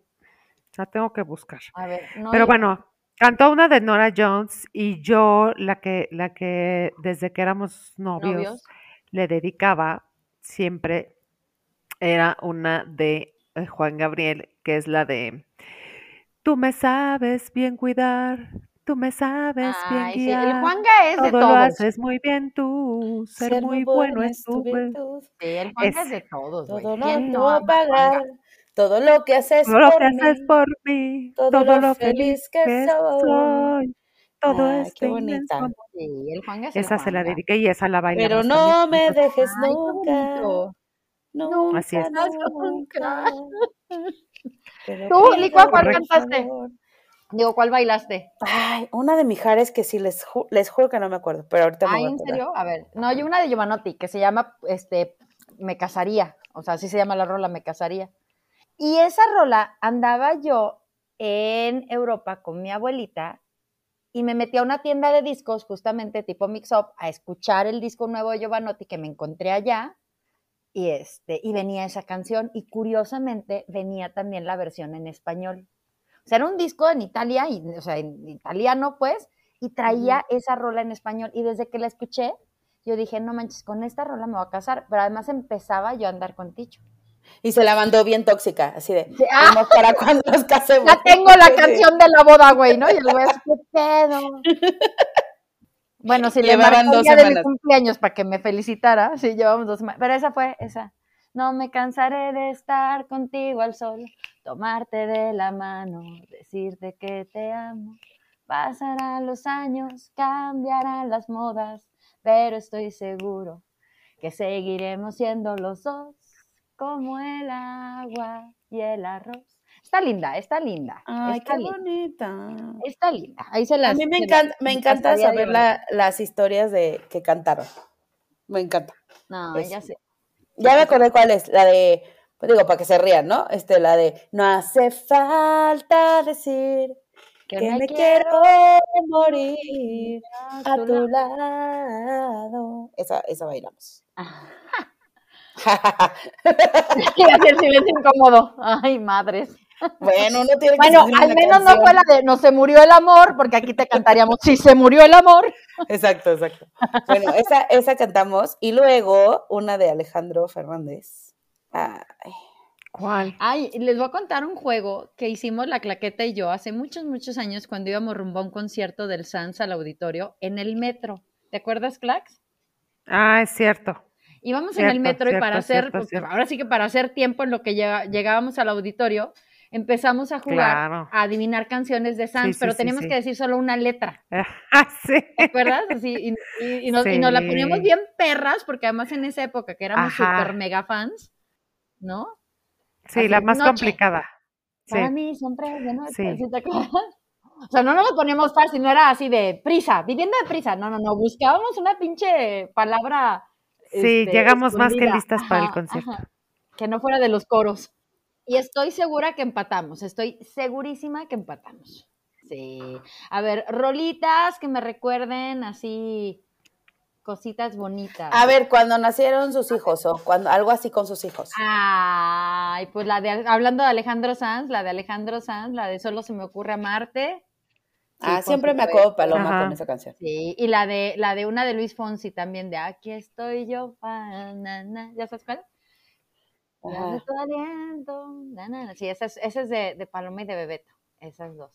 [SPEAKER 6] la tengo que buscar.
[SPEAKER 2] A ver, no.
[SPEAKER 6] Pero
[SPEAKER 2] hay-
[SPEAKER 6] bueno, cantó una de Nora Jones y yo la que, la que desde que éramos novios,
[SPEAKER 2] Novios.
[SPEAKER 6] le dedicaba siempre era una de eh, Juan Gabriel, que es la de Tú me sabes bien cuidar, tú me sabes bien
[SPEAKER 2] Ay, sí.
[SPEAKER 6] guiar.
[SPEAKER 2] El Juanga es de
[SPEAKER 6] todo lo
[SPEAKER 2] todos. Sí,
[SPEAKER 6] haces muy bien tú, ser, muy bueno es tu virtud.
[SPEAKER 2] el Juanga es
[SPEAKER 6] Ese.
[SPEAKER 2] de todos, güey.
[SPEAKER 1] Todo lo
[SPEAKER 2] ¿Quién
[SPEAKER 1] que
[SPEAKER 2] no ama
[SPEAKER 1] puedo
[SPEAKER 2] al
[SPEAKER 1] pagar,
[SPEAKER 2] Juanga?
[SPEAKER 1] todo lo que haces
[SPEAKER 6] Todo lo
[SPEAKER 1] por
[SPEAKER 6] que haces
[SPEAKER 1] mí,
[SPEAKER 6] por mí,
[SPEAKER 1] todo lo feliz que soy.
[SPEAKER 6] soy, todo
[SPEAKER 1] Ay,
[SPEAKER 6] este
[SPEAKER 1] qué
[SPEAKER 6] inmenso
[SPEAKER 1] bonita.
[SPEAKER 6] amor.
[SPEAKER 2] Sí, el Juanga es el
[SPEAKER 6] Esa se la
[SPEAKER 2] Juanga.
[SPEAKER 6] dediqué y esa la
[SPEAKER 1] Pero
[SPEAKER 6] bailamos
[SPEAKER 1] no
[SPEAKER 6] también
[SPEAKER 1] me
[SPEAKER 6] juntas.
[SPEAKER 1] dejes
[SPEAKER 2] Ay, qué
[SPEAKER 1] nunca,
[SPEAKER 2] bonito.
[SPEAKER 1] nunca,
[SPEAKER 6] Así es.
[SPEAKER 1] nunca.
[SPEAKER 2] Nunca.
[SPEAKER 1] Pero
[SPEAKER 2] Tú,
[SPEAKER 1] por
[SPEAKER 2] Licua, ¿cuál
[SPEAKER 1] favor,
[SPEAKER 2] cantaste? Digo, ¿cuál bailaste?
[SPEAKER 1] Ay, una de Mijares que sí les, ju- les juro que no me acuerdo, pero ahorita me
[SPEAKER 2] Ay,
[SPEAKER 1] voy a
[SPEAKER 2] ¿en
[SPEAKER 1] acordar.
[SPEAKER 2] serio? A ver, no, yo una de Giovanotti que se llama, este, Me casaría, o sea, así se llama la rola, Me casaría. Y esa rola andaba yo en Europa con mi abuelita y me metí a una tienda de discos, justamente tipo Mix Up, a escuchar el disco nuevo de Giovanotti que me encontré allá y este, y venía esa canción y curiosamente venía también la versión en español. O sea, era un disco en Italia, y, o sea, en italiano pues, y traía esa rola en español. Y desde que la escuché, Yo dije, no manches, con esta rola me voy a casar, pero además empezaba yo a andar con Ticho.
[SPEAKER 1] Y se la mandó bien tóxica, así de,
[SPEAKER 2] Sí, ah.
[SPEAKER 1] "Vamos para cuando nos casemos.
[SPEAKER 2] Ya tengo la
[SPEAKER 1] Sí.
[SPEAKER 2] canción de la boda, güey, ¿no? Y el güey así, qué pedo. Bueno, si le
[SPEAKER 1] Llevaban
[SPEAKER 2] marcó el
[SPEAKER 1] dos
[SPEAKER 2] día de mi
[SPEAKER 1] semanas.
[SPEAKER 2] cumpleaños para que me felicitara, sí, llevamos dos semanas. Pero esa fue, esa. No me cansaré de estar contigo al sol, tomarte de la mano, decirte que te amo. Pasarán los años, cambiarán las modas, pero estoy seguro que seguiremos siendo los dos como el agua y el arroz. Está linda, está linda.
[SPEAKER 1] Ay,
[SPEAKER 2] está,
[SPEAKER 1] qué
[SPEAKER 2] linda
[SPEAKER 1] bonita.
[SPEAKER 2] está linda. Ahí se las.
[SPEAKER 1] A mí me
[SPEAKER 2] se
[SPEAKER 1] encanta,
[SPEAKER 2] las-
[SPEAKER 1] me
[SPEAKER 2] se
[SPEAKER 1] encanta
[SPEAKER 2] las haría
[SPEAKER 1] saber
[SPEAKER 2] divertidas.
[SPEAKER 1] la- las historias de que cantaron. Me encanta.
[SPEAKER 2] No, ya
[SPEAKER 1] eso.
[SPEAKER 2] sé.
[SPEAKER 1] Ya me acordé cuál es, la de, pues digo, para que se rían, ¿no? Este, la de, no hace falta decir
[SPEAKER 2] Que,
[SPEAKER 1] que,
[SPEAKER 2] me
[SPEAKER 1] me
[SPEAKER 2] quiero
[SPEAKER 1] quiero morir Ah, a
[SPEAKER 2] tu
[SPEAKER 1] tu
[SPEAKER 2] lado.
[SPEAKER 1] lado. Esa, esa bailamos.
[SPEAKER 2] Iba a ser silencio incómodo. Ay, madres.
[SPEAKER 1] bueno, uno tiene que
[SPEAKER 2] Bueno,
[SPEAKER 1] escribir
[SPEAKER 2] al
[SPEAKER 1] una
[SPEAKER 2] menos no fue
[SPEAKER 1] canción.
[SPEAKER 2] la de no se murió el amor, porque aquí te cantaríamos si se murió el amor.
[SPEAKER 1] Exacto, exacto. Bueno, esa, esa cantamos. Y luego una de Alejandro Fernández. Ah, Ay,
[SPEAKER 6] ¿Cuál?
[SPEAKER 3] Ay, les voy a contar un juego que hicimos la claqueta y yo hace muchos, muchos años cuando íbamos rumbo a un concierto del Sans al auditorio en el metro. ¿Te acuerdas, Clax?
[SPEAKER 6] Ah, es cierto.
[SPEAKER 3] Íbamos en
[SPEAKER 6] Cierto,
[SPEAKER 3] el metro y
[SPEAKER 6] cierto,
[SPEAKER 3] para hacer, pues,
[SPEAKER 6] cierto, cierto.
[SPEAKER 3] ahora sí que para hacer tiempo en lo que llega- llegábamos al auditorio, empezamos a jugar
[SPEAKER 6] Claro.
[SPEAKER 3] a adivinar canciones de Sans,
[SPEAKER 6] sí,
[SPEAKER 3] pero
[SPEAKER 6] sí,
[SPEAKER 3] teníamos
[SPEAKER 6] sí.
[SPEAKER 3] que decir solo una letra.
[SPEAKER 6] Ah, sí.
[SPEAKER 3] ¿Te acuerdas? Así, y, y- y nos, y nos la poníamos
[SPEAKER 6] Sí.
[SPEAKER 3] bien perras, porque además en esa época que éramos
[SPEAKER 6] Ajá.
[SPEAKER 3] súper mega fans, ¿no?
[SPEAKER 6] Sí,
[SPEAKER 3] Así
[SPEAKER 6] la
[SPEAKER 3] es,
[SPEAKER 6] más
[SPEAKER 3] noche.
[SPEAKER 6] complicada. Sí.
[SPEAKER 2] Para mí siempre es de noche,
[SPEAKER 6] Sí.
[SPEAKER 2] ¿sí te acuerdas? O sea, no nos lo poníamos fácil, no era así de prisa, vivienda de prisa. No, no, no, buscábamos una pinche palabra.
[SPEAKER 6] Sí,
[SPEAKER 2] este,
[SPEAKER 6] llegamos más que
[SPEAKER 2] escondida.
[SPEAKER 6] listas para el
[SPEAKER 2] Ajá,
[SPEAKER 6] concierto.
[SPEAKER 2] ajá. que no fuera de los coros. Y estoy segura que empatamos, estoy segurísima que empatamos. Sí. A ver, rolitas que me recuerden así cositas bonitas.
[SPEAKER 1] A ver, cuando nacieron sus hijos o cuando algo así con sus hijos.
[SPEAKER 2] Ah, Ay, pues la de hablando de Alejandro Sanz, la de Alejandro Sanz, la de Solo se me ocurre amarte.
[SPEAKER 1] Ah,
[SPEAKER 2] por
[SPEAKER 1] siempre me
[SPEAKER 2] supuesto.
[SPEAKER 1] acuerdo de Paloma
[SPEAKER 6] Ajá.
[SPEAKER 1] con esa canción.
[SPEAKER 2] Sí, y la de la de una de Luis Fonsi también de Aquí estoy yo, pa, na, na. ¿ya sabes cuál? Ya
[SPEAKER 1] Ajá.
[SPEAKER 2] de tu aliento, na, na, na. Sí, esa es, esa es de, de Paloma y de Bebeto, esas dos.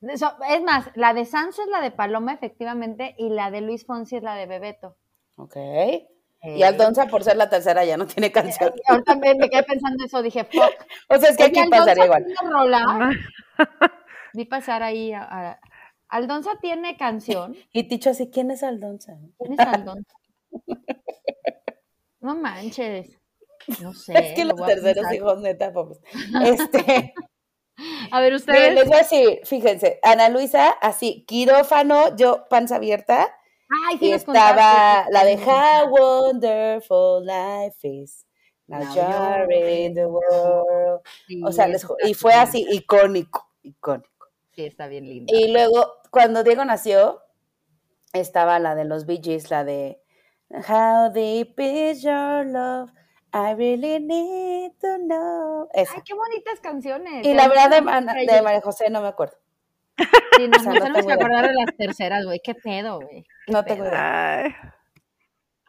[SPEAKER 2] De- so- es más, la de Sanz es la de Paloma, efectivamente, y la de Luis Fonsi es la de Bebeto.
[SPEAKER 1] Ok. Y Aldonza, por ser la tercera, ya no tiene canción.
[SPEAKER 2] Y ahorita me, me quedé pensando eso, dije, fuck.
[SPEAKER 1] O sea, es que
[SPEAKER 2] Oye,
[SPEAKER 1] aquí
[SPEAKER 2] Aldonza
[SPEAKER 1] pasaría igual.
[SPEAKER 2] tiene rola,
[SPEAKER 6] Ah,
[SPEAKER 2] vi pasar ahí a, a- Aldonza tiene canción.
[SPEAKER 1] Y Ticho así, ¿quién es Aldonza?
[SPEAKER 2] ¿Tienes Aldonza? No manches. No sé.
[SPEAKER 1] Es que
[SPEAKER 2] lo
[SPEAKER 1] los
[SPEAKER 2] voy a
[SPEAKER 1] terceros
[SPEAKER 2] pensar.
[SPEAKER 1] hijos, neta, pobres. Este,
[SPEAKER 3] A
[SPEAKER 1] miren,
[SPEAKER 3] ver,
[SPEAKER 1] les
[SPEAKER 3] ustedes,
[SPEAKER 1] voy a decir, fíjense, Ana Luisa, así, quirófano, yo, panza abierta.
[SPEAKER 2] Ay, sí,
[SPEAKER 1] Y
[SPEAKER 2] les contaste.
[SPEAKER 1] estaba la de How Wonderful Life Is. Now
[SPEAKER 2] Now
[SPEAKER 1] you're
[SPEAKER 2] you're
[SPEAKER 1] in
[SPEAKER 2] in
[SPEAKER 1] the world.
[SPEAKER 2] Sí,
[SPEAKER 1] O sea,
[SPEAKER 2] eso
[SPEAKER 1] les ju-
[SPEAKER 2] está
[SPEAKER 1] y fue
[SPEAKER 2] bien.
[SPEAKER 1] así, icónico, icónico.
[SPEAKER 3] sí, está bien lindo.
[SPEAKER 1] Y luego, cuando Diego nació, estaba la de los Bee Gees, la de How deep is your love? I really need to know.
[SPEAKER 2] Ay,
[SPEAKER 1] Esa.
[SPEAKER 2] qué bonitas canciones.
[SPEAKER 1] Y
[SPEAKER 2] Te
[SPEAKER 1] la
[SPEAKER 2] amo,
[SPEAKER 1] verdad de,
[SPEAKER 2] Ana
[SPEAKER 1] Ana-
[SPEAKER 2] Estrella.
[SPEAKER 1] de María José no me acuerdo.
[SPEAKER 2] Sí, no,
[SPEAKER 1] o sea,
[SPEAKER 2] nos
[SPEAKER 1] no
[SPEAKER 2] tenemos que
[SPEAKER 1] tengo idea.
[SPEAKER 2] acordar de las terceras, güey. Qué pedo, güey.
[SPEAKER 1] No tengo idea.
[SPEAKER 6] ay,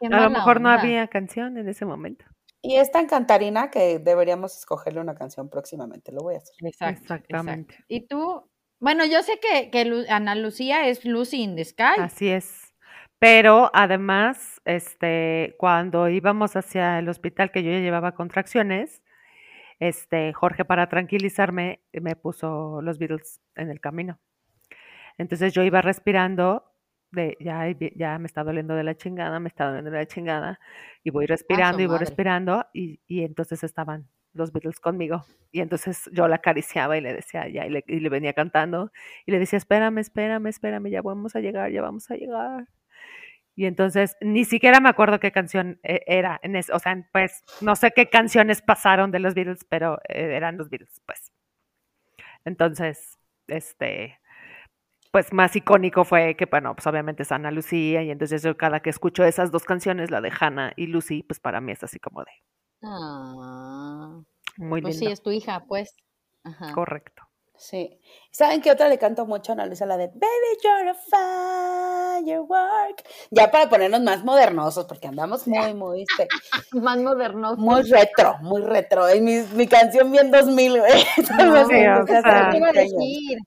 [SPEAKER 2] Qué
[SPEAKER 6] a
[SPEAKER 2] mala
[SPEAKER 6] lo mejor no
[SPEAKER 2] onda.
[SPEAKER 6] había canción en ese momento.
[SPEAKER 1] Y es tan cantarina que deberíamos escogerle una canción próximamente. Lo voy a hacer.
[SPEAKER 3] Exacto,
[SPEAKER 6] Exactamente.
[SPEAKER 3] exacto. Y tú, bueno, yo sé que, que Lu- Ana Lucía es Lucy in the Sky.
[SPEAKER 6] Así es. Pero además, este, cuando íbamos hacia el hospital que yo ya llevaba contracciones, este, Jorge para tranquilizarme me puso los Beatles en el camino. Entonces yo iba respirando de ya, ahí vi- ya me está doliendo de la chingada, me está doliendo de la chingada y voy respirando y voy
[SPEAKER 3] madre.
[SPEAKER 6] respirando y, y entonces estaban los Beatles conmigo y entonces yo la acariciaba y le decía ya y le- y le venía cantando y le decía, espérame, espérame, espérame, ya vamos a llegar, ya vamos a llegar. Y entonces ni siquiera me acuerdo qué canción eh, era, en es- o sea, pues no sé qué canciones pasaron de los Beatles, pero eh, eran los Beatles, pues. Entonces, este, pues más icónico fue que, bueno, pues obviamente es Ana Lucía, y entonces yo cada que escucho esas dos canciones, la de Hannah y Lucy, pues para mí es así como de
[SPEAKER 2] Ah,
[SPEAKER 6] muy
[SPEAKER 2] pues
[SPEAKER 6] lindo.
[SPEAKER 2] sí, es tu hija, pues. Ajá.
[SPEAKER 6] Correcto.
[SPEAKER 1] Sí. ¿Saben qué otra le canto mucho a Ana Luisa? La de Baby, you're a firework. Ya para ponernos más modernosos, porque andamos muy, muy, este,
[SPEAKER 2] Más moderno.
[SPEAKER 1] muy retro, muy retro. Y mi, mi canción bien 2000, güey.
[SPEAKER 6] No, sí, o
[SPEAKER 1] Hace
[SPEAKER 6] sea.
[SPEAKER 1] 20
[SPEAKER 2] iba a
[SPEAKER 1] años.
[SPEAKER 2] decir.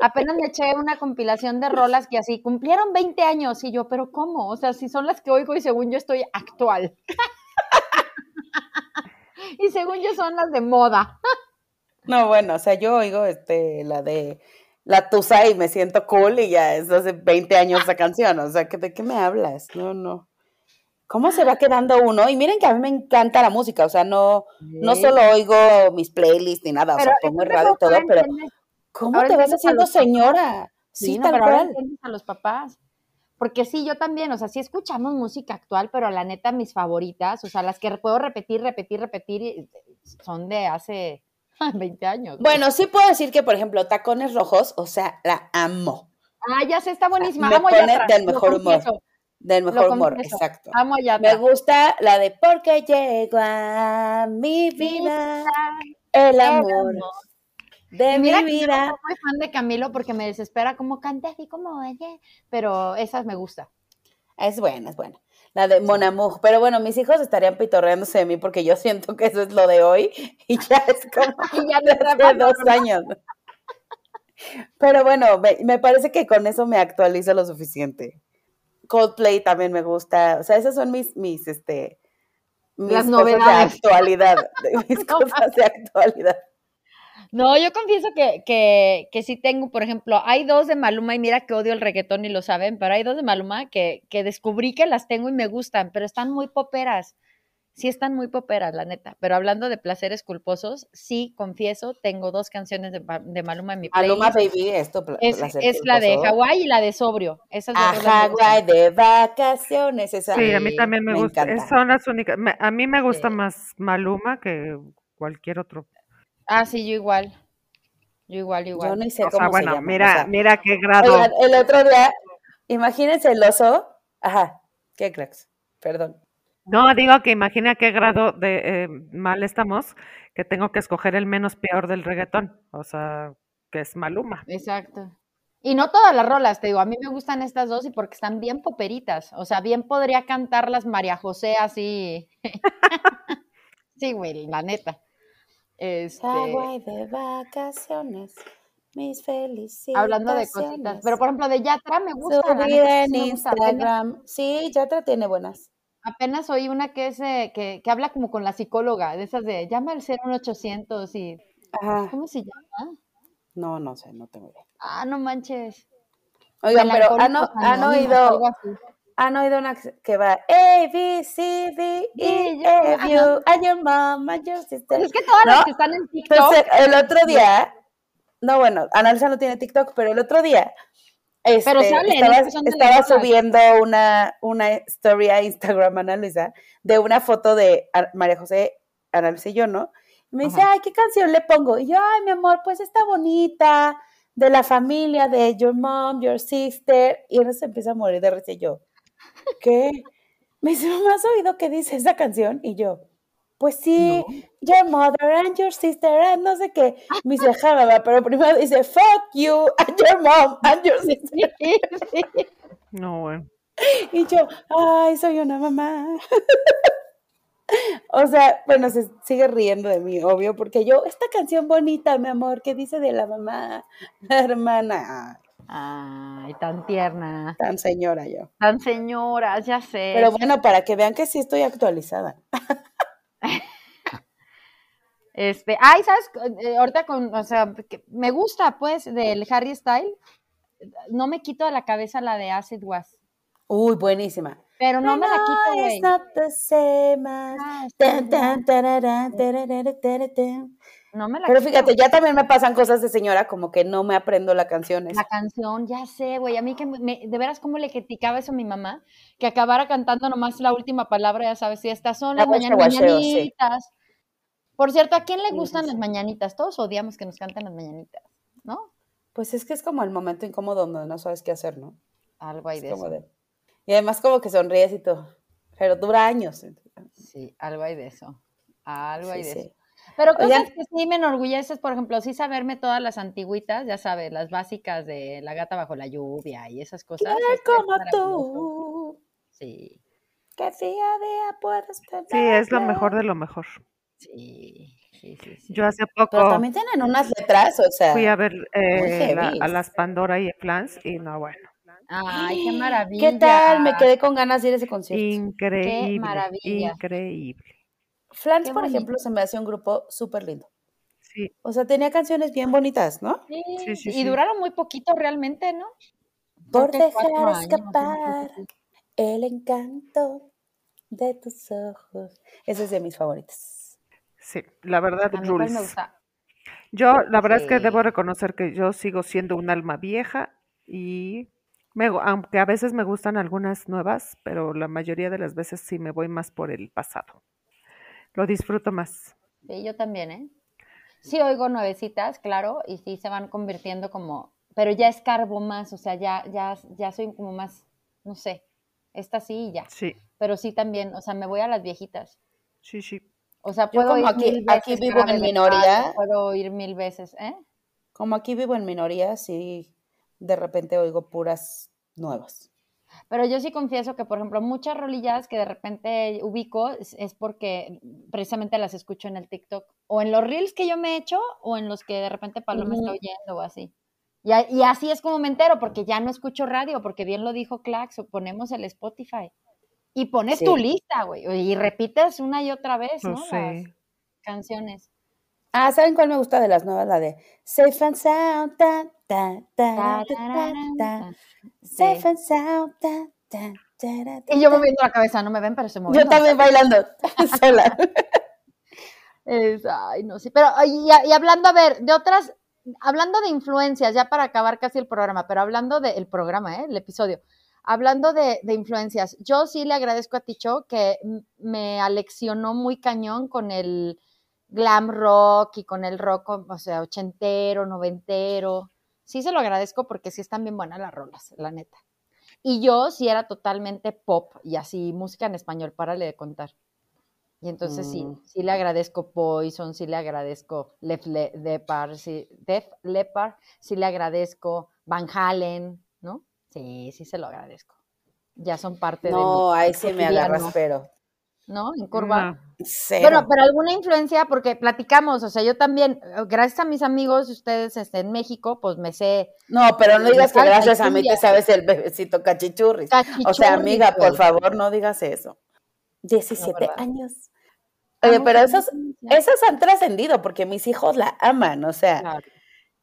[SPEAKER 2] Apenas me eché una compilación de rolas que así cumplieron 20 años y yo, pero ¿cómo? O sea, si son las que oigo y según yo estoy actual. y según yo son las de moda.
[SPEAKER 1] No, bueno, o sea, yo oigo este, la de La Tusa y me siento cool y ya es hace 20 años esa canción, o sea, ¿que- ¿de qué me hablas? No, no. ¿Cómo se va quedando uno? Y miren que a mí me encanta la música, o sea, no, no solo oigo mis playlists ni nada, o sea, pongo el
[SPEAKER 2] entonces
[SPEAKER 1] radio y todo,
[SPEAKER 2] ahora
[SPEAKER 1] pero
[SPEAKER 2] entiendes-
[SPEAKER 1] ¿cómo
[SPEAKER 2] ahora
[SPEAKER 1] te vas
[SPEAKER 2] entiendes a
[SPEAKER 1] haciendo
[SPEAKER 2] los papás.
[SPEAKER 1] señora? Sí,
[SPEAKER 2] no,
[SPEAKER 1] tal
[SPEAKER 2] pero ahora
[SPEAKER 1] cual.
[SPEAKER 2] entiendes a los papás. Porque sí, yo también, o sea, sí escuchamos música actual, pero la neta mis favoritas, o sea, las que puedo repetir, repetir, repetir, y- son de hace 20 años.
[SPEAKER 1] Bueno, sí puedo decir que, por ejemplo, Tacones Rojos, o sea, la amo.
[SPEAKER 2] Ah, ya sé, está buenísima.
[SPEAKER 1] Me
[SPEAKER 2] Amo a
[SPEAKER 1] pone
[SPEAKER 2] Yatra,
[SPEAKER 1] del
[SPEAKER 2] lo
[SPEAKER 1] mejor humor.
[SPEAKER 2] confieso.
[SPEAKER 1] Del
[SPEAKER 2] Lo
[SPEAKER 1] mejor humor,
[SPEAKER 2] confieso. Ah,
[SPEAKER 1] exacto.
[SPEAKER 2] Amo a
[SPEAKER 1] Me
[SPEAKER 2] Yatra.
[SPEAKER 1] gusta la de Porque llegó a mi vida. El amor de
[SPEAKER 2] Y mira
[SPEAKER 1] mi
[SPEAKER 2] que yo no soy
[SPEAKER 1] vida.
[SPEAKER 2] muy fan de Camilo porque me desespera como canta así como ella, pero esas me gusta.
[SPEAKER 1] Es buena, es buena. La de Mon Amour. Pero bueno, mis hijos estarían pitorreándose de mí porque yo siento que eso es lo de hoy y ya es como
[SPEAKER 2] Y ya
[SPEAKER 1] de
[SPEAKER 2] me
[SPEAKER 1] hace
[SPEAKER 2] traba,
[SPEAKER 1] dos años. Pero bueno, me, me parece que con eso me actualizo lo suficiente. Coldplay también me gusta. O sea, esas son mis, mis, este, mis
[SPEAKER 2] Las
[SPEAKER 1] cosas
[SPEAKER 2] novedades.
[SPEAKER 1] de actualidad. de- Mis cosas de actualidad.
[SPEAKER 3] No, yo confieso que, que, que sí tengo, por ejemplo, hay dos de Maluma, y mira que odio el reggaetón y lo saben, pero hay dos de Maluma que, que descubrí que las tengo y me gustan, pero están muy poperas. Sí están muy poperas, la neta. Pero hablando de placeres culposos, sí, confieso, tengo dos canciones de, Ma- de Maluma en mi playlist.
[SPEAKER 1] Aluma Baby, esto. pla-
[SPEAKER 3] es,
[SPEAKER 1] placer
[SPEAKER 3] es la de
[SPEAKER 1] culposo.
[SPEAKER 3] Hawái y la de Sobrio. Esas dos
[SPEAKER 1] A
[SPEAKER 3] rolas me gustan.
[SPEAKER 1] Hawái de vacaciones. Esa.
[SPEAKER 6] Sí, a mí también me,
[SPEAKER 1] me
[SPEAKER 6] gusta. eh,
[SPEAKER 1] encanta.
[SPEAKER 6] Son las únicas. me- a mí me gusta
[SPEAKER 3] Sí.
[SPEAKER 6] más Maluma que cualquier otro.
[SPEAKER 3] Ah, sí, yo igual. Yo igual, yo
[SPEAKER 1] Yo
[SPEAKER 3] igual.
[SPEAKER 1] no sé
[SPEAKER 6] o sea,
[SPEAKER 1] cómo se
[SPEAKER 6] bueno,
[SPEAKER 1] llama, o
[SPEAKER 6] mira,
[SPEAKER 1] sea,
[SPEAKER 6] mira qué grado.
[SPEAKER 1] oigan, el otro día, imagínense el oso. Ajá, qué cracks. Perdón.
[SPEAKER 6] No, digo que imagina qué grado de eh, mal estamos que tengo que escoger el menos peor del reggaetón. O sea, que es Maluma.
[SPEAKER 2] Exacto. Y no todas las rolas, te digo, a mí me gustan estas dos y porque están bien poperitas. O sea, bien podría cantarlas María José así. sí, güey, la neta. Este,
[SPEAKER 1] Hawái de vacaciones, mis felicidades.
[SPEAKER 2] hablando de cositas. Pero por ejemplo, de Yatra me gusta.
[SPEAKER 1] Su
[SPEAKER 2] la
[SPEAKER 1] vida
[SPEAKER 2] neta,
[SPEAKER 1] en
[SPEAKER 2] sí me gusta. Apenas-
[SPEAKER 1] Instagram. Sí, Yatra tiene buenas.
[SPEAKER 2] Apenas oí una que, es, eh, que, que habla como con la psicóloga, de esas de llama al 01800 y.
[SPEAKER 1] Ajá.
[SPEAKER 2] ¿Cómo se llama?
[SPEAKER 1] No, no sé, no tengo idea.
[SPEAKER 2] Ah, no manches.
[SPEAKER 1] Oigan, pero ah, han, o-
[SPEAKER 2] Melancólicos
[SPEAKER 1] han
[SPEAKER 2] anónimos,
[SPEAKER 1] oído,
[SPEAKER 2] algo así.
[SPEAKER 1] han oído una que va A, B, C, D, E, F, U, and your mom, and your sister.
[SPEAKER 2] Pues es que todas
[SPEAKER 1] ¿No?
[SPEAKER 2] las que están en TikTok.
[SPEAKER 1] Entonces, el otro día, no, bueno, Analisa no tiene TikTok, pero el otro día este,
[SPEAKER 2] salen,
[SPEAKER 1] estaba,
[SPEAKER 2] es que son de las
[SPEAKER 1] estaba
[SPEAKER 2] nuevas.
[SPEAKER 1] subiendo una, una story a Instagram, Analisa, de una foto de Ar- María José, Analisa y yo, ¿no? Y me dice,
[SPEAKER 3] Ajá.
[SPEAKER 1] ay, ¿qué canción le pongo? Y yo, ay, mi amor, pues está bonita, de la familia, de your mom, your sister. Y él se empieza a morir de risa y yo, ¿qué? Me dice, ¿no has oído qué dice esa canción? Y yo, pues sí, your mother and your sister and no sé qué. Me dice, "Ja, mamá, pero primero dice, fuck you and your mom and your sister.
[SPEAKER 6] No, eh, bueno.
[SPEAKER 1] Y yo, ay, soy una mamá. O sea, bueno, se sigue riendo de mí, obvio, porque yo, esta canción bonita, mi amor, que dice de la mamá, la hermana, ay,
[SPEAKER 2] Ay, tan tierna.
[SPEAKER 1] tan señora yo.
[SPEAKER 2] Tan señoras, ya sé.
[SPEAKER 1] Pero bueno, para que vean que sí estoy actualizada.
[SPEAKER 2] Este, ay, ¿sabes? Eh, Ahorita con, o sea, que me gusta, pues, del Harry Style. No me quito de la cabeza la de Acid Was.
[SPEAKER 1] Uy, buenísima.
[SPEAKER 2] Pero no me la quito,
[SPEAKER 1] No,
[SPEAKER 2] güey.
[SPEAKER 1] it's not the same as-
[SPEAKER 2] Ah,
[SPEAKER 1] Tan, tan, tararán, tararara, tararán.
[SPEAKER 2] No me la
[SPEAKER 1] Pero
[SPEAKER 2] quito.
[SPEAKER 1] fíjate, ya también me pasan cosas de señora, como que no me aprendo la canción. esa.
[SPEAKER 2] La canción, ya sé, güey. A mí que me, de veras cómo le criticaba eso a mi mamá, que acabara cantando nomás la última palabra, ya sabes, y estas son
[SPEAKER 1] La
[SPEAKER 2] las mañan-
[SPEAKER 1] guachaguacheo, pues, sí.
[SPEAKER 2] mañanitas. Por cierto, ¿a quién le
[SPEAKER 1] Sí,
[SPEAKER 2] gustan
[SPEAKER 1] sí,
[SPEAKER 2] las
[SPEAKER 1] sí.
[SPEAKER 2] mañanitas? Todos odiamos que nos canten las mañanitas, ¿no?
[SPEAKER 1] Pues es que es como el momento incómodo donde no sabes qué hacer, ¿no?
[SPEAKER 2] Algo ahí
[SPEAKER 1] Es
[SPEAKER 2] de
[SPEAKER 1] como
[SPEAKER 2] eso.
[SPEAKER 1] de- Y además como que sonríes y todo. Pero dura años.
[SPEAKER 2] Sí, algo hay de eso. Algo hay
[SPEAKER 1] Sí,
[SPEAKER 2] de
[SPEAKER 1] sí.
[SPEAKER 2] eso. Pero cosas
[SPEAKER 1] Oigan.
[SPEAKER 2] que sí me enorgullece es, por ejemplo, sí saberme todas las antiguitas, ya sabes, las básicas de La gata bajo la lluvia y esas cosas. es- es
[SPEAKER 1] como
[SPEAKER 2] maravilloso.
[SPEAKER 1] tú,
[SPEAKER 2] Sí,
[SPEAKER 1] que día a día puedes
[SPEAKER 6] Sí, es lo mejor de lo mejor.
[SPEAKER 2] sí, sí, sí. sí.
[SPEAKER 6] Yo hace
[SPEAKER 1] Pero
[SPEAKER 6] poco
[SPEAKER 1] también tienen unas letras, o sea.
[SPEAKER 6] fui a ver eh, la- a
[SPEAKER 1] heavies.
[SPEAKER 6] las Pandora y a Flans y no, bueno,
[SPEAKER 2] Ay, qué maravilla.
[SPEAKER 1] ¿Qué tal? Me quedé con ganas de ir a ese concierto.
[SPEAKER 6] increíble,
[SPEAKER 2] maravilla.
[SPEAKER 6] increíble.
[SPEAKER 1] Flans,
[SPEAKER 2] Qué
[SPEAKER 1] por ejemplo, se me hace un grupo súper lindo.
[SPEAKER 6] Sí,
[SPEAKER 1] O sea, tenía canciones bien bonitas, ¿no?
[SPEAKER 2] Sí,
[SPEAKER 6] Sí, sí,
[SPEAKER 2] y
[SPEAKER 6] sí.
[SPEAKER 2] duraron muy poquito realmente, ¿no?
[SPEAKER 1] Por
[SPEAKER 2] Creo que
[SPEAKER 1] dejar
[SPEAKER 2] cuatro años, una
[SPEAKER 1] escapar
[SPEAKER 2] cosa así.
[SPEAKER 1] el encanto de tus ojos. Ese es de mis favoritas.
[SPEAKER 6] sí, la verdad,
[SPEAKER 2] A mí cuál
[SPEAKER 6] rules.
[SPEAKER 2] me gusta.
[SPEAKER 6] Yo, la verdad es que debo
[SPEAKER 2] Sí.
[SPEAKER 6] reconocer que yo sigo siendo un alma vieja y me gu- aunque a veces me gustan algunas nuevas, pero la mayoría de las veces sí me voy más por el pasado. Lo disfruto más.
[SPEAKER 2] Sí, yo también, ¿eh? Sí oigo nuevecitas, claro, y sí se van convirtiendo como, pero ya escarbo más, o sea, ya, ya, ya soy como más, no sé, esta sí y ya.
[SPEAKER 6] Sí,
[SPEAKER 2] Pero sí también, o sea, me voy a las viejitas.
[SPEAKER 6] sí, sí.
[SPEAKER 2] O sea,
[SPEAKER 1] Yo
[SPEAKER 2] puedo
[SPEAKER 1] como
[SPEAKER 2] ir
[SPEAKER 1] aquí-
[SPEAKER 2] mil
[SPEAKER 1] aquí
[SPEAKER 2] veces
[SPEAKER 1] vivo
[SPEAKER 2] Cara de
[SPEAKER 1] en
[SPEAKER 2] Leopardo,
[SPEAKER 1] minoría.
[SPEAKER 2] Puedo ir mil veces, ¿eh?
[SPEAKER 1] Como aquí vivo en minoría, sí, de repente oigo puras nuevas.
[SPEAKER 2] Pero yo sí confieso que, por ejemplo, muchas rolillas que de repente ubico es, es porque precisamente las escucho en el TikTok o en los reels que yo me he hecho o en los que de repente Paloma está
[SPEAKER 1] Ujú.
[SPEAKER 2] oyendo o así. Y, a- y así es como me entero porque ya no escucho radio, porque bien lo dijo Clax, o ponemos el Spotify y pones
[SPEAKER 1] Sí. Pues
[SPEAKER 2] tu lista, güey, y repites una y otra vez,
[SPEAKER 6] No
[SPEAKER 2] ¿no? Las
[SPEAKER 6] sé.
[SPEAKER 2] canciones.
[SPEAKER 1] Ah, ¿saben cuál me gusta de las nuevas? La de Safe and Sound, ta, ta, ta, ta, ta, ta,
[SPEAKER 2] Tarararán.
[SPEAKER 1] Safe
[SPEAKER 2] Sí.
[SPEAKER 1] and Sound, ta, ta, ta, ra, ta,
[SPEAKER 2] Y yo
[SPEAKER 1] ta.
[SPEAKER 2] moviendo la cabeza, no me ven, pero se
[SPEAKER 1] Yo
[SPEAKER 2] moviendo.
[SPEAKER 1] también bailando sola.
[SPEAKER 2] Es- ay, no sé. Pero, ay, y, a- y hablando, a ver, de otras, hablando de influencias, ya para acabar casi el programa, pero hablando del programa, ¿eh? el episodio, hablando de, de influencias, yo sí le agradezco a Ticho que m- me aleccionó muy cañón con el glam rock y con el rock, o sea, ochentero, noventero. Sí se lo agradezco porque sí están bien buenas las rolas, la neta. Y yo sí era totalmente pop y así, música en español, párale de contar. Y entonces sí,
[SPEAKER 1] Mm.
[SPEAKER 2] sí le agradezco Poison, sí le agradezco Lef Le- Leppard, sí, Def Leppard, sí le agradezco Van Halen, ¿no? Sí, sí se lo agradezco. Ya son parte
[SPEAKER 1] No,
[SPEAKER 2] de
[SPEAKER 1] ahí sí me
[SPEAKER 2] cotidiano.
[SPEAKER 1] agarras, pero
[SPEAKER 2] mi, ¿no? En curva.
[SPEAKER 6] No,
[SPEAKER 1] cero.
[SPEAKER 2] Bueno, pero alguna influencia, porque platicamos, o sea, yo también, eh, gracias a mis amigos, ustedes este, en México, pues me sé
[SPEAKER 1] No, pero no digas que
[SPEAKER 2] Salsa y
[SPEAKER 1] gracias a mí
[SPEAKER 2] cumbia.
[SPEAKER 1] te sabes el bebecito cachichurris. O sea,
[SPEAKER 2] cachichurris,
[SPEAKER 1] amiga,
[SPEAKER 2] güey.
[SPEAKER 1] por favor, no digas eso. 17
[SPEAKER 2] ¿verdad?
[SPEAKER 1] años. Oye,
[SPEAKER 2] Vamos
[SPEAKER 1] pero
[SPEAKER 2] a
[SPEAKER 1] esas,
[SPEAKER 2] influenciar.
[SPEAKER 1] esas han trascendido porque mis hijos la aman, o sea.
[SPEAKER 2] Claro.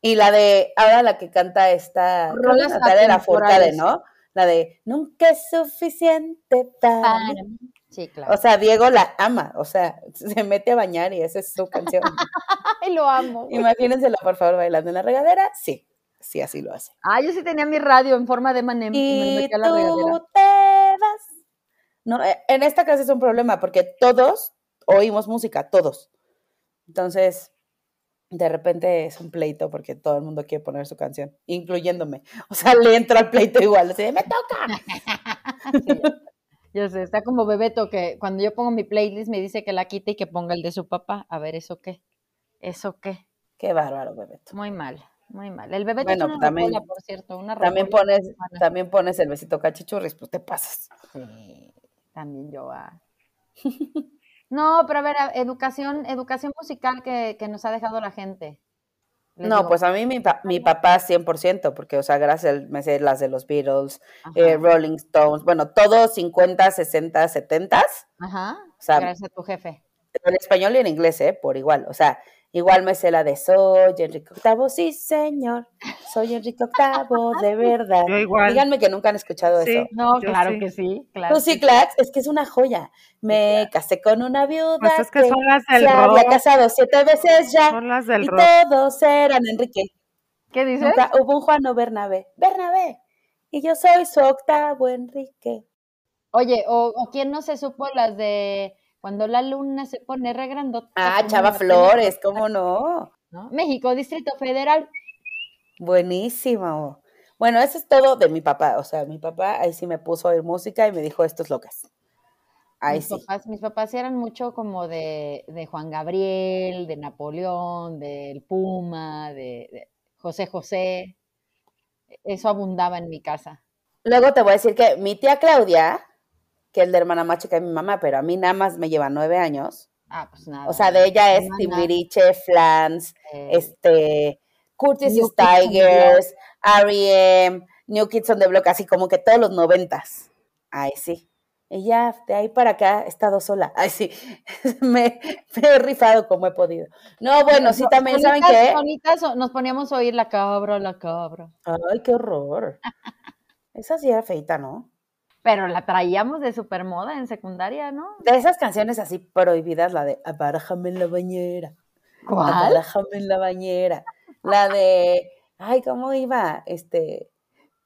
[SPEAKER 1] Y la de, ahora la que canta esta, creo que
[SPEAKER 2] Rolas
[SPEAKER 1] es Natalia Lafourcade,
[SPEAKER 2] atemporales.
[SPEAKER 1] ¿no? La de, nunca es suficiente para mí.
[SPEAKER 2] Para mí. Sí, claro.
[SPEAKER 1] O sea, Diego la ama, o sea, se mete a bañar y esa es su canción.
[SPEAKER 2] Ay, lo amo. güey.
[SPEAKER 1] Imagínenselo, por favor, bailando en la regadera. Sí, sí, así lo hace.
[SPEAKER 2] Ah, yo sí tenía mi radio en forma de manem y me
[SPEAKER 1] Y
[SPEAKER 2] metí a la regadera.
[SPEAKER 1] tú te vas. No, eh, en esta clase es un problema porque todos oímos música, todos. Entonces, de repente es un pleito porque todo el mundo quiere poner su canción, incluyéndome. O sea, le entro al pleito igual, así de, "Me toca".
[SPEAKER 2] Yo sé, está como Bebeto que cuando yo pongo mi playlist me dice que la quite y que ponga el de su papá. A ver, ¿eso qué? ¿Eso qué?
[SPEAKER 1] Qué bárbaro, Bebeto.
[SPEAKER 2] Muy mal, muy mal. El Bebeto
[SPEAKER 1] Bueno,
[SPEAKER 2] es una
[SPEAKER 1] también-
[SPEAKER 2] rocola, por cierto, una
[SPEAKER 1] También
[SPEAKER 2] rocola
[SPEAKER 1] pones,
[SPEAKER 2] humana.
[SPEAKER 1] también pones el besito cachichurris, pues te pasas.
[SPEAKER 2] Sí, también yo ah. No, pero a ver, a- educación, educación musical que, que nos ha dejado la gente. Les
[SPEAKER 1] No,
[SPEAKER 2] digo,
[SPEAKER 1] pues a mí mi, pa- mi papá 100%, porque, o sea, gracias, él me sé las de los Beatles,
[SPEAKER 2] ajá,
[SPEAKER 1] eh, Rolling Stones, bueno, todos 50, 60, 70.
[SPEAKER 2] ajá,
[SPEAKER 1] o sea,
[SPEAKER 2] gracias a tu jefe.
[SPEAKER 1] En español y en inglés, ¿eh? Por igual. O sea, igual me sé la de soy Enrique VIII, sí, señor. Soy Enrique VIII, de verdad.
[SPEAKER 6] yo igual.
[SPEAKER 1] Díganme que nunca han escuchado
[SPEAKER 6] Sí.
[SPEAKER 1] eso.
[SPEAKER 2] No,
[SPEAKER 6] Yo
[SPEAKER 2] claro
[SPEAKER 6] sí.
[SPEAKER 2] que sí, claro.
[SPEAKER 1] Lucy
[SPEAKER 2] que sí.
[SPEAKER 1] Clark, es que es una joya. Me casé con una viuda
[SPEAKER 6] Pues es que son las
[SPEAKER 1] se
[SPEAKER 6] del
[SPEAKER 1] había
[SPEAKER 6] rock,
[SPEAKER 1] casado siete veces ya.
[SPEAKER 6] son las del
[SPEAKER 1] Y
[SPEAKER 6] rock.
[SPEAKER 1] todos eran Enrique.
[SPEAKER 2] ¿Qué dices?
[SPEAKER 1] Nunca hubo un Juano Bernabé. Bernabé. Y yo soy su octavo Enrique.
[SPEAKER 2] Oye, o, o quién no se supo las de cuando la luna se pone re grandota.
[SPEAKER 1] Ah,
[SPEAKER 2] como
[SPEAKER 1] Chava
[SPEAKER 2] la tele,
[SPEAKER 1] Flores, ¿cómo no?
[SPEAKER 2] ¿no? México, Distrito Federal.
[SPEAKER 1] Buenísimo. Bueno, eso es todo de mi papá. O sea, mi papá ahí sí me puso a oír música y me dijo, esto es locas. Ahí
[SPEAKER 2] mis,
[SPEAKER 1] sí.
[SPEAKER 2] papás, mis papás eran mucho como de, de Juan Gabriel, de Napoleón, del Puma, de, de José José. E, Eso abundaba en mi casa.
[SPEAKER 1] Luego te voy a decir que mi tía Claudia, que es la hermana más chica de mi mamá, pero a mí nada más me lleva nueve años.
[SPEAKER 2] Ah, pues nada.
[SPEAKER 1] O sea, de ella es
[SPEAKER 2] Hermana,
[SPEAKER 1] Timbiriche, Flans,
[SPEAKER 2] eh,
[SPEAKER 1] este, Curtis
[SPEAKER 2] New
[SPEAKER 1] is
[SPEAKER 2] Kids on the
[SPEAKER 1] Tigers, R.E.M., New Kids on the Block, así como que todos los noventas. Ay, sí. Y ya, de ahí para acá he estado sola. Ay, sí. me, me he rifado como he podido. No, bueno, sí, también, ¿saben
[SPEAKER 2] solitas-
[SPEAKER 1] qué?
[SPEAKER 2] solitas o- nos poníamos a oír la cabra, la cabra.
[SPEAKER 1] Ay, qué horror. Esa sí era feita, ¿no?
[SPEAKER 2] Pero la traíamos de supermoda en secundaria, ¿no?
[SPEAKER 1] De esas canciones así prohibidas, la de Abárjame en la bañera. Abárjame en la bañera. La de, ay, ¿cómo iba? Este,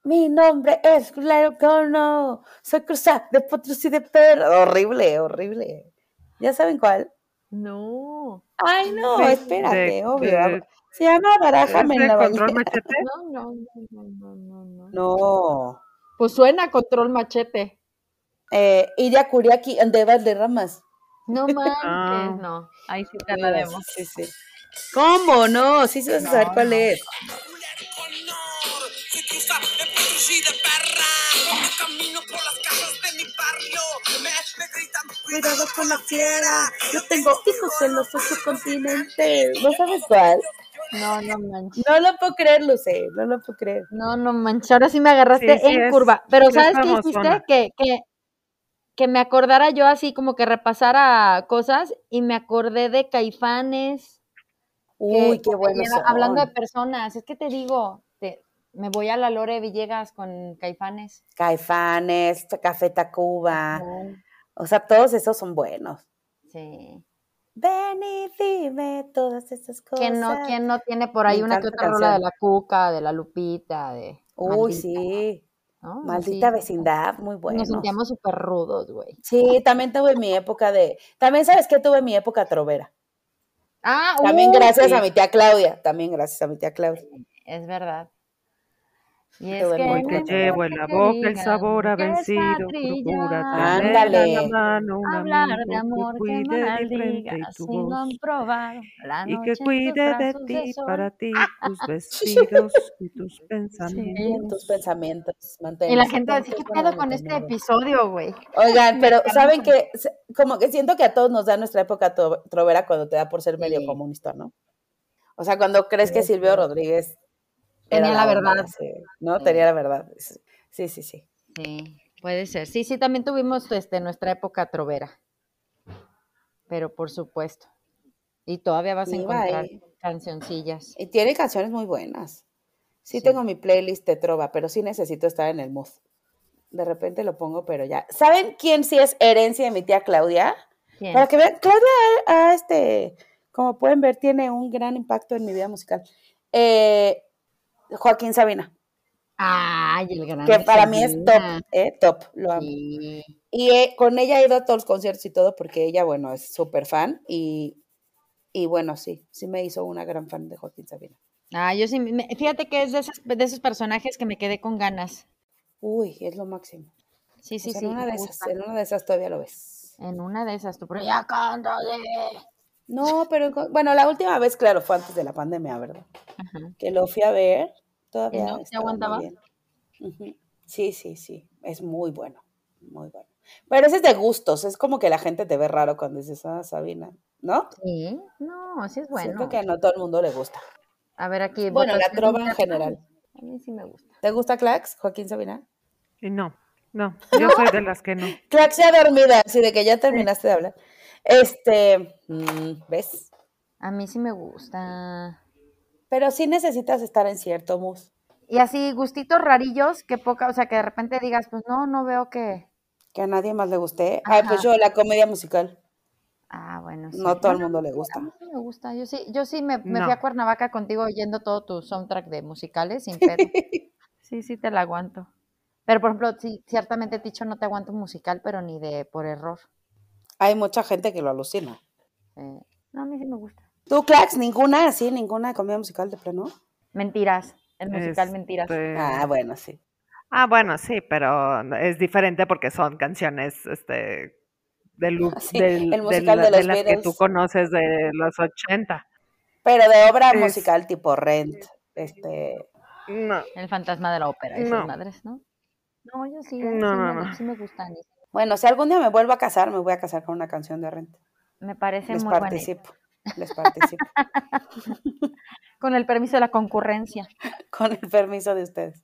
[SPEAKER 1] mi nombre es Claro Cono. Soy cruzada de potros y de perro. Horrible, horrible. ¿Ya saben cuál?
[SPEAKER 2] No.
[SPEAKER 1] Ay, no,
[SPEAKER 6] Sí,
[SPEAKER 1] espérate,
[SPEAKER 6] de-
[SPEAKER 1] obvio.
[SPEAKER 6] de-
[SPEAKER 1] Se llama Abárjame
[SPEAKER 6] ¿Es
[SPEAKER 1] en
[SPEAKER 6] de
[SPEAKER 1] la
[SPEAKER 6] control
[SPEAKER 1] bañera.
[SPEAKER 6] machete?
[SPEAKER 2] No, no, no, no, no, no, no.
[SPEAKER 1] No.
[SPEAKER 2] Pues suena a control machete.
[SPEAKER 1] Eh, Iria Kuriaki, Andebas de Ramas.
[SPEAKER 2] No
[SPEAKER 6] Ah.
[SPEAKER 2] manches, no. Ahí sí te la debemos.
[SPEAKER 1] Sí, sí. ¿Cómo? No, sí se vas a saber cuál es.
[SPEAKER 5] Conor, soy cruza de potros y de perra. Porque camino por las casas de mi barrio. Me, me gritan,
[SPEAKER 1] Cuidado con la fiera. Yo tengo hijos en los ocho continentes. ¿No sabes cuál?
[SPEAKER 2] No, no manches.
[SPEAKER 1] No lo puedo creer, Luce. No lo puedo creer.
[SPEAKER 2] No, no manches. Ahora sí me agarraste
[SPEAKER 6] Sí, sí
[SPEAKER 2] en
[SPEAKER 6] es-
[SPEAKER 2] curva. Pero
[SPEAKER 6] sí es
[SPEAKER 2] ¿sabes qué hiciste?
[SPEAKER 6] famosona.
[SPEAKER 2] Que, que, que me acordara yo así como que repasara cosas y me acordé de Caifanes. que-
[SPEAKER 1] Uy, qué
[SPEAKER 2] que
[SPEAKER 1] bueno.
[SPEAKER 2] lleva- Hablando de personas, es que te digo, te- me voy a la Lore Villegas con Caifanes.
[SPEAKER 1] Caifanes, Café Tacuba.
[SPEAKER 2] No,
[SPEAKER 1] O sea, todos esos son buenos.
[SPEAKER 2] Sí.
[SPEAKER 1] Ven y dime todas esas cosas.
[SPEAKER 2] ¿Quién no, quién no tiene por
[SPEAKER 1] me
[SPEAKER 2] ahí una que
[SPEAKER 1] encanta
[SPEAKER 2] otra
[SPEAKER 1] esa
[SPEAKER 2] rola de
[SPEAKER 1] canción.
[SPEAKER 2] la Cuca, de la Lupita, de.
[SPEAKER 1] Uy,
[SPEAKER 2] Maldita,
[SPEAKER 1] sí.
[SPEAKER 2] ¿no?
[SPEAKER 1] Maldita
[SPEAKER 2] Así,
[SPEAKER 1] vecindad, muy bueno.
[SPEAKER 2] Nos sentíamos súper rudos, güey.
[SPEAKER 1] Sí, también tuve mi época de. También sabes que tuve mi época trovera.
[SPEAKER 2] Ah,
[SPEAKER 1] También
[SPEAKER 2] uy,
[SPEAKER 1] gracias
[SPEAKER 2] sí,
[SPEAKER 1] a mi tía Claudia. También gracias a mi tía Claudia.
[SPEAKER 2] Es verdad. Y
[SPEAKER 1] Te
[SPEAKER 2] es
[SPEAKER 1] duele
[SPEAKER 2] que,
[SPEAKER 1] mucho. Bueno,
[SPEAKER 6] Porque llevo en la
[SPEAKER 2] que
[SPEAKER 6] boca el
[SPEAKER 2] digan
[SPEAKER 6] sabor a
[SPEAKER 2] que es
[SPEAKER 6] vencido,
[SPEAKER 2] patrilla.
[SPEAKER 6] procura tener
[SPEAKER 1] Ándale.
[SPEAKER 6] a la mano un
[SPEAKER 2] Hablar de
[SPEAKER 6] amigo
[SPEAKER 2] amor
[SPEAKER 6] que
[SPEAKER 2] que no
[SPEAKER 6] cuide
[SPEAKER 2] la
[SPEAKER 6] mi frente y
[SPEAKER 2] digas
[SPEAKER 6] tu
[SPEAKER 2] si no
[SPEAKER 6] voz
[SPEAKER 2] han probado la
[SPEAKER 6] y
[SPEAKER 2] noche
[SPEAKER 6] que
[SPEAKER 2] en tus
[SPEAKER 6] cuide de
[SPEAKER 2] brazos
[SPEAKER 6] ti
[SPEAKER 2] sol.
[SPEAKER 6] para ti tus vestidos y tus pensamientos.
[SPEAKER 1] Y en tus pensamientos.
[SPEAKER 2] Y la
[SPEAKER 1] manténlos
[SPEAKER 2] gente decía, ¿qué
[SPEAKER 1] atentos
[SPEAKER 2] pedo
[SPEAKER 1] para
[SPEAKER 2] con este
[SPEAKER 1] mantenerlos".
[SPEAKER 2] episodio, güey?
[SPEAKER 1] Oigan, pero
[SPEAKER 2] Meternos
[SPEAKER 1] saben
[SPEAKER 2] en-
[SPEAKER 1] que se- como que siento que a todos nos da nuestra época to- trovera cuando te da por ser medio
[SPEAKER 2] Sí.
[SPEAKER 1] comunista, ¿no? O sea, cuando crees que Silvio Rodríguez era
[SPEAKER 2] Tenía la
[SPEAKER 1] onda,
[SPEAKER 2] verdad.
[SPEAKER 1] sí, no,
[SPEAKER 2] Sí.
[SPEAKER 1] tenía la verdad. Sí, sí, sí.
[SPEAKER 2] Sí, puede ser. Sí, sí, también tuvimos este, nuestra época trovera. Pero por supuesto. Y todavía vas a
[SPEAKER 1] Sí,
[SPEAKER 2] encontrar
[SPEAKER 1] bye.
[SPEAKER 2] cancioncillas.
[SPEAKER 1] Y tiene canciones muy buenas. Sí,
[SPEAKER 2] Sí.
[SPEAKER 1] tengo mi playlist de trova, pero sí necesito estar en el mood. De repente lo pongo, pero ya. ¿Saben quién sí es herencia de mi tía Claudia?
[SPEAKER 2] ¿Quién?
[SPEAKER 1] Para que vean, Claudia, ah, este, como pueden ver, tiene un gran impacto en mi vida musical. Eh, Joaquín Sabina,
[SPEAKER 2] Ay, el gran.
[SPEAKER 1] que para mí es top,
[SPEAKER 2] Sabina.
[SPEAKER 1] eh, top, lo amo.
[SPEAKER 2] Sí.
[SPEAKER 1] Y eh, con ella he ido a todos los conciertos y todo, porque ella, bueno, es súper fan y, y bueno, sí, sí me hizo una gran fan de Joaquín Sabina.
[SPEAKER 2] Ah, yo sí, me- fíjate que es de esos, de esos personajes que me quedé con ganas.
[SPEAKER 1] Uy, es lo máximo.
[SPEAKER 2] Sí,
[SPEAKER 1] O sea,
[SPEAKER 2] sí, sí.
[SPEAKER 1] Pues en una
[SPEAKER 2] me
[SPEAKER 1] de esas,
[SPEAKER 2] gusta.
[SPEAKER 1] en una de esas todavía lo ves.
[SPEAKER 2] En una de esas, tú, "Ah, pero ya cántale.
[SPEAKER 1] No, pero en con- bueno, la última vez, claro, fue antes de la pandemia, ¿verdad?
[SPEAKER 2] Ajá.
[SPEAKER 1] que lo fui a ver, todavía
[SPEAKER 2] no? ¿Sí
[SPEAKER 1] estaba muy
[SPEAKER 2] aguantabas?
[SPEAKER 1] bien. Ujú. Sí, sí, sí, es muy bueno, muy bueno. Pero ese es de gustos, es como que la gente te ve raro cuando dices, ah, Sabina, ¿no?
[SPEAKER 2] Sí, no, sí es bueno.
[SPEAKER 1] Siento que no todo el mundo le gusta.
[SPEAKER 2] A ver aquí.
[SPEAKER 1] Bueno, la
[SPEAKER 2] votación
[SPEAKER 1] trova en
[SPEAKER 2] interna.
[SPEAKER 1] general.
[SPEAKER 2] A mí sí me gusta.
[SPEAKER 1] ¿Te gusta Clax, Joaquín Sabina?
[SPEAKER 6] Y no, no, yo soy de las que no.
[SPEAKER 1] Clax ya dormida, así de que ya terminaste de hablar. Este, mm, ¿ves?
[SPEAKER 2] A mí sí me gusta.
[SPEAKER 1] Pero sí necesitas estar en cierto mood.
[SPEAKER 2] Y así, gustitos rarillos, que poca, o sea, que de repente digas, pues no, no veo que.
[SPEAKER 1] Que a nadie más le guste. Ay, pues
[SPEAKER 2] Ajá.
[SPEAKER 1] yo, la comedia musical,
[SPEAKER 2] Ah, bueno, sí.
[SPEAKER 1] no todo el
[SPEAKER 2] Bueno,
[SPEAKER 1] mundo le
[SPEAKER 2] a mí
[SPEAKER 1] gusta.
[SPEAKER 2] sí me gusta. Yo sí, yo sí me, me fui
[SPEAKER 6] No.
[SPEAKER 2] a Cuernavaca contigo oyendo todo tu soundtrack de musicales sin pedo. sí, sí te la aguanto. Pero por ejemplo, sí, ciertamente Ticho no te aguanto un musical, pero ni de por error.
[SPEAKER 1] Hay mucha gente que lo alucina.
[SPEAKER 2] Eh, no, a mí sí me gusta.
[SPEAKER 1] ¿Tú, Clax? ¿Ninguna? ¿Sí? ¿Ninguna de comedia musical de plano?
[SPEAKER 2] Mentiras. El musical Mentiras.
[SPEAKER 6] Este,
[SPEAKER 1] Ah, bueno, sí.
[SPEAKER 6] Ah, bueno, sí, pero es diferente porque son canciones este, del,
[SPEAKER 1] Sí,
[SPEAKER 6] del-
[SPEAKER 1] el
[SPEAKER 6] del-
[SPEAKER 1] musical de los
[SPEAKER 6] las que tú
[SPEAKER 1] Beatles.
[SPEAKER 6] conoces de los 80.
[SPEAKER 1] Pero de obra
[SPEAKER 6] Es-
[SPEAKER 1] musical tipo Rent, este,
[SPEAKER 6] No,
[SPEAKER 2] El fantasma de la ópera, esas
[SPEAKER 6] No.
[SPEAKER 2] madres, ¿no? No, yo sí,
[SPEAKER 6] No,
[SPEAKER 2] sí,
[SPEAKER 6] no,
[SPEAKER 2] me,
[SPEAKER 6] no.
[SPEAKER 2] sí me gustan. y
[SPEAKER 1] bueno, si algún día me vuelvo a casar, me voy a casar con una canción de Rent.
[SPEAKER 2] Me parece
[SPEAKER 1] Les
[SPEAKER 2] muy buena. idea.
[SPEAKER 1] participo, les participo,
[SPEAKER 2] Con el permiso de la concurrencia.
[SPEAKER 1] con el permiso de ustedes.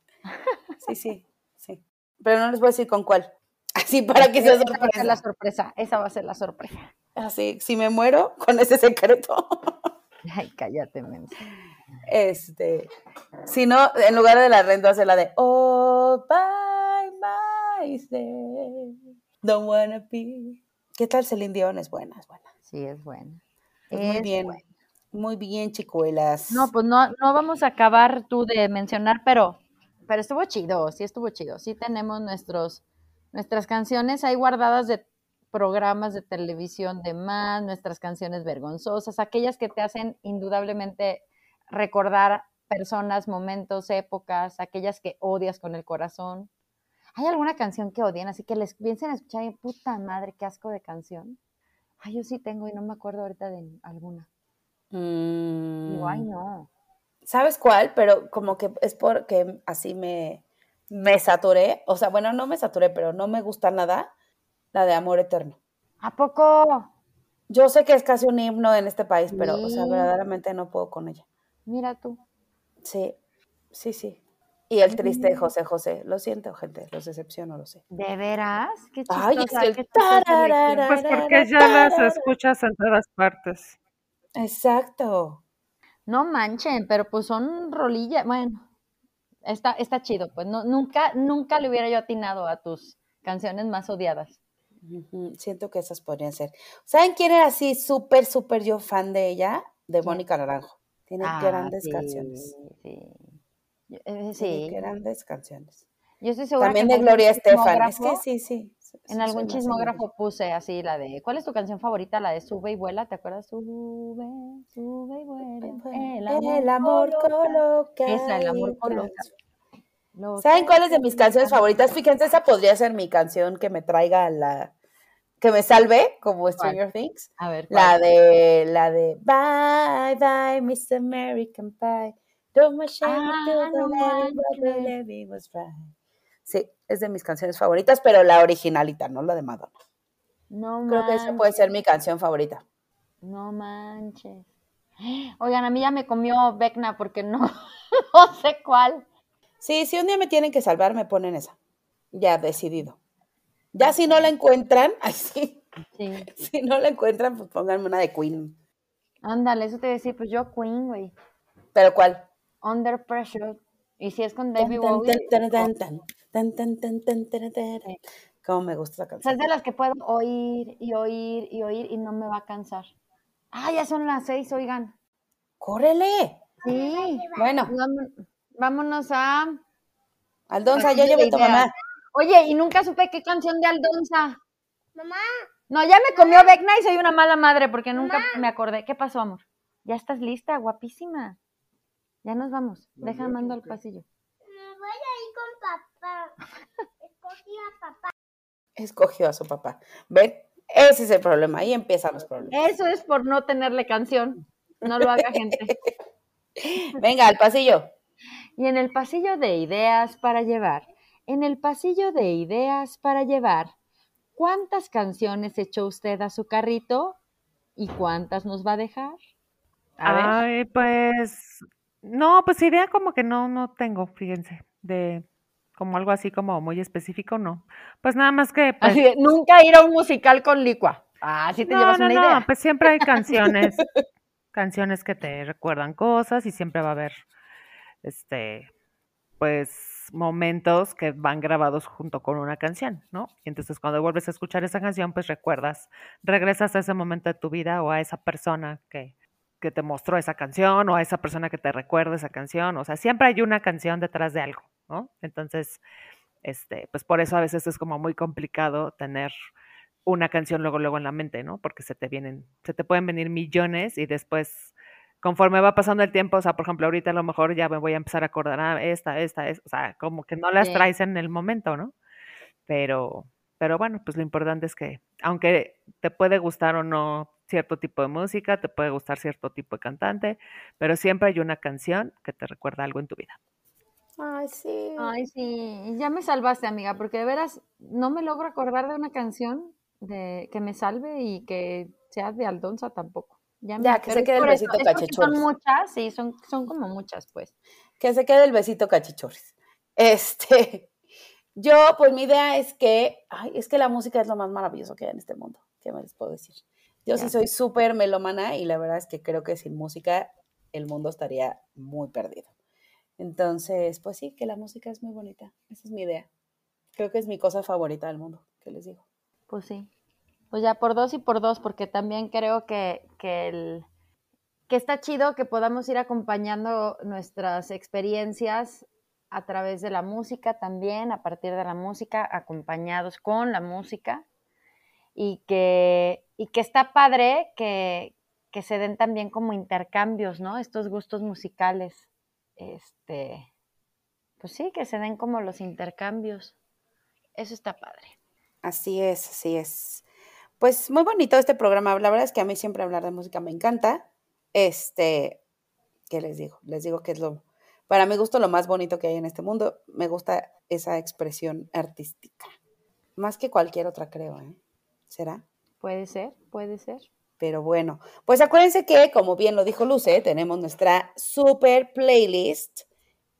[SPEAKER 1] Sí, sí, sí. Pero no les voy a decir con cuál. Así para que se
[SPEAKER 2] Esa va a ser la
[SPEAKER 1] sorprendan.
[SPEAKER 2] sorpresa. Esa va a ser la sorpresa.
[SPEAKER 1] Así, si me muero con ese secreto.
[SPEAKER 2] Ay, cállate, mensa.
[SPEAKER 1] Este, si no, en lugar de la renta hace la de "Oh, All by myself, don't wanna be. ¿Qué tal Celine Dion? Es buena, es buena.
[SPEAKER 2] Sí, es buena.
[SPEAKER 1] Pues muy
[SPEAKER 2] Es
[SPEAKER 1] bien,
[SPEAKER 2] buena.
[SPEAKER 1] muy bien, chicuelas.
[SPEAKER 2] No, pues no, no vamos a acabar tú de mencionar, pero, pero estuvo chido, sí estuvo chido. Sí tenemos nuestros, nuestras canciones ahí guardadas de programas de televisión de más, nuestras canciones vergonzosas, aquellas que te hacen indudablemente recordar personas, momentos, épocas, aquellas que odias con el corazón. ¿Hay alguna canción que odien? Así que les piensen escuchar y puta madre, qué asco de canción. Ay, yo sí tengo y no me acuerdo ahorita de alguna.
[SPEAKER 1] Mm,
[SPEAKER 2] Digo, ay, no.
[SPEAKER 1] ¿Sabes cuál? Pero como que es porque así me, me saturé. O sea, bueno, no me saturé, pero no me gusta nada la de Amor Eterno.
[SPEAKER 2] ¿A poco?
[SPEAKER 1] Yo sé que es casi un himno en este país, pero, o sea,
[SPEAKER 2] Sí.
[SPEAKER 1] verdaderamente no puedo con ella.
[SPEAKER 2] Mira tú.
[SPEAKER 1] Sí, sí, sí. Y el triste José José. Lo siento, gente, los decepciono, lo sé.
[SPEAKER 2] ¿De veras? Qué chistosa,
[SPEAKER 1] Ay, es que el
[SPEAKER 2] qué chistosa
[SPEAKER 1] tararara.
[SPEAKER 2] elección.
[SPEAKER 6] pues porque ya las escuchas en todas partes.
[SPEAKER 1] Exacto.
[SPEAKER 2] No manchen, pero pues son rolillas. Bueno, está, está chido, pues no, nunca, nunca le hubiera yo atinado a tus canciones más odiadas.
[SPEAKER 1] Ujú, Siento que esas podrían ser. ¿Saben quién era así súper, súper yo fan de ella? De Mónica Naranjo. Tiene
[SPEAKER 2] Ah,
[SPEAKER 1] grandes
[SPEAKER 2] sí,
[SPEAKER 1] canciones.
[SPEAKER 2] Sí. Yo- eh,
[SPEAKER 1] Tiene
[SPEAKER 2] sí.
[SPEAKER 1] grandes canciones.
[SPEAKER 2] Yo estoy segura
[SPEAKER 1] También
[SPEAKER 2] que
[SPEAKER 1] de
[SPEAKER 2] en
[SPEAKER 1] Gloria
[SPEAKER 2] algún
[SPEAKER 1] Estefan. Es que
[SPEAKER 2] chismógrafo-
[SPEAKER 1] sí, sí. sí,
[SPEAKER 2] En
[SPEAKER 1] sí, soy
[SPEAKER 2] algún
[SPEAKER 1] más señora.
[SPEAKER 2] chismógrafo puse así la de ¿Cuál es tu canción favorita? La de Sube y vuela, ¿te acuerdas? Sube, sube y vuela.
[SPEAKER 1] El amor, coloca.
[SPEAKER 2] Esa, el amor
[SPEAKER 1] y
[SPEAKER 2] coloca.
[SPEAKER 1] trans-
[SPEAKER 2] Lo
[SPEAKER 1] ¿Saben
[SPEAKER 2] que
[SPEAKER 1] cuál es de mis canciones
[SPEAKER 2] coloca.
[SPEAKER 1] favoritas? Fíjense, esa podría ser mi canción que me traiga a la. que me salve, como Stranger Things.
[SPEAKER 2] A ver, ¿cuál?
[SPEAKER 1] La de. la de. Bye, bye, Miss American Pie. Don't much
[SPEAKER 2] Ah, no manches.
[SPEAKER 1] Sí, es de mis canciones favoritas, pero la originalita, no la de Madonna.
[SPEAKER 2] No
[SPEAKER 1] Creo que esa puede ser mi canción favorita.
[SPEAKER 2] No manches. Oigan, a mí ya me comió Vecna porque no, no sé cuál.
[SPEAKER 1] Sí, si un día me tienen que salvar, me ponen esa. Ya decidido. Ya si no la encuentran, así,
[SPEAKER 2] Sí.
[SPEAKER 1] si no la encuentran, pues pónganme una de Queen.
[SPEAKER 2] Ándale, eso te iba a decir, pues yo Queen, güey.
[SPEAKER 1] ¿Pero cuál?
[SPEAKER 2] Under Pressure. Y si es con
[SPEAKER 1] Tan,
[SPEAKER 2] David
[SPEAKER 1] tan,
[SPEAKER 2] Bowie.
[SPEAKER 1] tan, tan, tan, tan, tan, tan, tan, tan, tan, tan. Cómo me gusta esa
[SPEAKER 2] O sea, es
[SPEAKER 1] canción.
[SPEAKER 2] de las que puedo oír y oír y oír y no me va a cansar. Ah, ya son las seis, oigan.
[SPEAKER 1] ¡Córrele!
[SPEAKER 2] Sí.
[SPEAKER 1] Bueno,
[SPEAKER 2] Vámon- Vámonos a.
[SPEAKER 1] Aldonza, ya
[SPEAKER 2] Pasillo de
[SPEAKER 1] lleva a tu
[SPEAKER 2] ideas.
[SPEAKER 1] mamá.
[SPEAKER 2] Oye, y nunca supe qué canción de Aldonza. Mamá. No, ya me comió Vecna y soy una mala madre porque nunca me acordé. ¿Qué pasó, amor? Ya estás lista, guapísima. Ya nos vamos. Deja mando al pasillo.
[SPEAKER 8] Me voy a ir con papá. Escogí a papá.
[SPEAKER 1] Escogió a su papá. ¿Ven? Ese es el problema. Ahí empiezan los problemas.
[SPEAKER 2] Eso es por no tenerle canción. No lo haga gente.
[SPEAKER 1] Venga, al pasillo.
[SPEAKER 2] Y en el pasillo de ideas para llevar. En el pasillo de ideas para llevar. ¿Cuántas canciones echó usted a su carrito? ¿Y cuántas nos va a dejar? A ver.
[SPEAKER 6] Ay, pues, no, pues idea como que no, no tengo, fíjense, de como algo así como muy específico, no. Pues nada más que, pues,
[SPEAKER 2] Así de, nunca ir a un musical con licua. Ah, sí te
[SPEAKER 6] no,
[SPEAKER 2] llevas
[SPEAKER 6] no,
[SPEAKER 2] una
[SPEAKER 6] no,
[SPEAKER 2] idea.
[SPEAKER 6] pues siempre hay canciones, canciones que te recuerdan cosas y siempre va a haber, este, pues, momentos que van grabados junto con una canción, ¿no? Y entonces cuando vuelves a escuchar esa canción, pues recuerdas, regresas a ese momento de tu vida o a esa persona que, que te mostró esa canción o a esa persona que te recuerda esa canción. O sea, siempre hay una canción detrás de algo, ¿no? Entonces, este, pues por eso a veces es como muy complicado tener una canción luego, luego en la mente, ¿no? Porque se te vienen, se te pueden venir millones y después, conforme va pasando el tiempo, o sea, por ejemplo, ahorita a lo mejor ya me voy a empezar a acordar, ah, esta, esta, esta, o sea, como que no las
[SPEAKER 2] Sí.
[SPEAKER 6] traes en el momento, ¿no? Pero, Pero bueno, pues lo importante es que, aunque te puede gustar o no cierto tipo de música, te puede gustar cierto tipo de cantante, pero siempre hay una canción que te recuerda algo en tu vida.
[SPEAKER 1] Ay, sí.
[SPEAKER 2] Ay, sí, ya me salvaste, amiga, porque de veras no me logro acordar de una canción de que me salve y que sea de Aldonza tampoco. me-
[SPEAKER 1] Ya, que
[SPEAKER 2] pero
[SPEAKER 1] se
[SPEAKER 2] es
[SPEAKER 1] quede el
[SPEAKER 2] por eso,
[SPEAKER 1] besito
[SPEAKER 2] es porque Son
[SPEAKER 1] cachichurris.
[SPEAKER 2] muchas, sí, son, son como muchas, pues.
[SPEAKER 1] Que se quede el besito cachichores. Este, yo, pues mi idea es que, ay, es que la música es lo más maravilloso que hay en este mundo. ¿Qué me les puedo decir? Yo sí soy súper melómana y la verdad es que creo que sin música el mundo estaría muy perdido. Entonces, pues sí, que la música es muy bonita. Esa es mi idea. Creo que es mi cosa favorita del mundo. ¿Qué les digo?
[SPEAKER 2] Pues sí. Pues ya por dos y por dos, porque también creo que, que el que está chido que podamos ir acompañando nuestras experiencias a través de la música también, a partir de la música, acompañados con la música, y que, y que está padre que, que se den también como intercambios, ¿no? Estos gustos musicales. Este, pues sí, que se den como los intercambios. Eso está padre.
[SPEAKER 1] Así es, así es. Pues muy bonito este programa. La verdad es que a mí siempre hablar de música me encanta. Este, ¿qué les digo? Les digo que es lo, para mi gusto, lo más bonito que hay en este mundo. Me gusta esa expresión artística. Más que cualquier otra, creo, ¿eh? ¿Será?
[SPEAKER 2] Puede ser, puede ser.
[SPEAKER 1] Pero bueno, pues acuérdense que, como bien lo dijo Luce, tenemos nuestra super playlist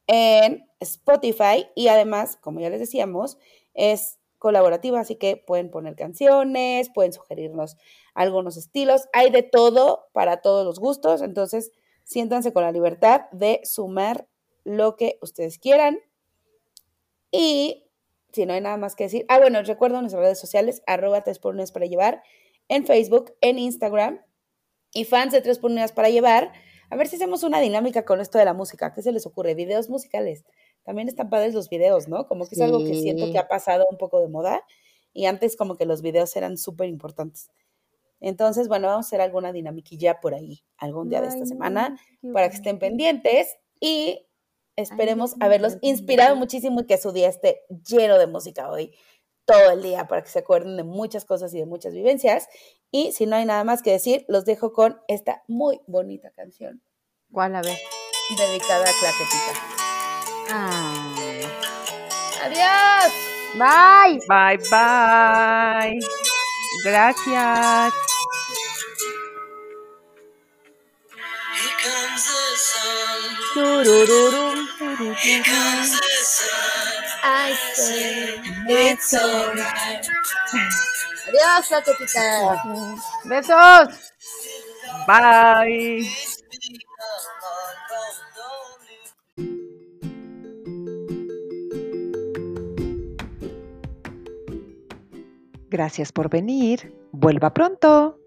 [SPEAKER 1] en Spotify y además, como ya les decíamos, es colaborativa, así que pueden poner canciones, pueden sugerirnos algunos estilos, hay de todo para todos los gustos, entonces siéntanse con la libertad de sumar lo que ustedes quieran y si no hay nada más que decir, ah bueno, recuerdo nuestras redes sociales, arroba tres por unas para llevar, en Facebook, en Instagram y fans de Tres por Unidas para llevar. A ver si hacemos una dinámica con esto de la música. ¿Qué se les ocurre? Videos musicales. También están padres los videos, ¿no? Como que es algo que siento que
[SPEAKER 3] Sí.
[SPEAKER 1] ha pasado un poco de moda y antes como que los videos eran súper importantes. Entonces, bueno, vamos a hacer alguna dinamiquilla por ahí algún día de esta semana para que estén pendientes y esperemos haberlos inspirado muchísimo y que su día esté lleno de música hoy, todo el día, para que se acuerden de muchas cosas y de muchas vivencias. Y si no hay nada más que decir, los dejo con esta muy bonita canción
[SPEAKER 3] ¿Cuál? A ver.
[SPEAKER 1] dedicada a Claquetita.
[SPEAKER 3] Ah.
[SPEAKER 1] ¡Adiós!
[SPEAKER 2] Bye.
[SPEAKER 6] Bye bye. Gracias.
[SPEAKER 5] Here comes the sun.
[SPEAKER 6] Turururum,
[SPEAKER 5] Here
[SPEAKER 6] turururum.
[SPEAKER 5] comes the sun. I said it's alright.
[SPEAKER 1] ¡Adiós, Claquetita!
[SPEAKER 3] Besos.
[SPEAKER 6] Bye.
[SPEAKER 4] Gracias por venir. Vuelva pronto.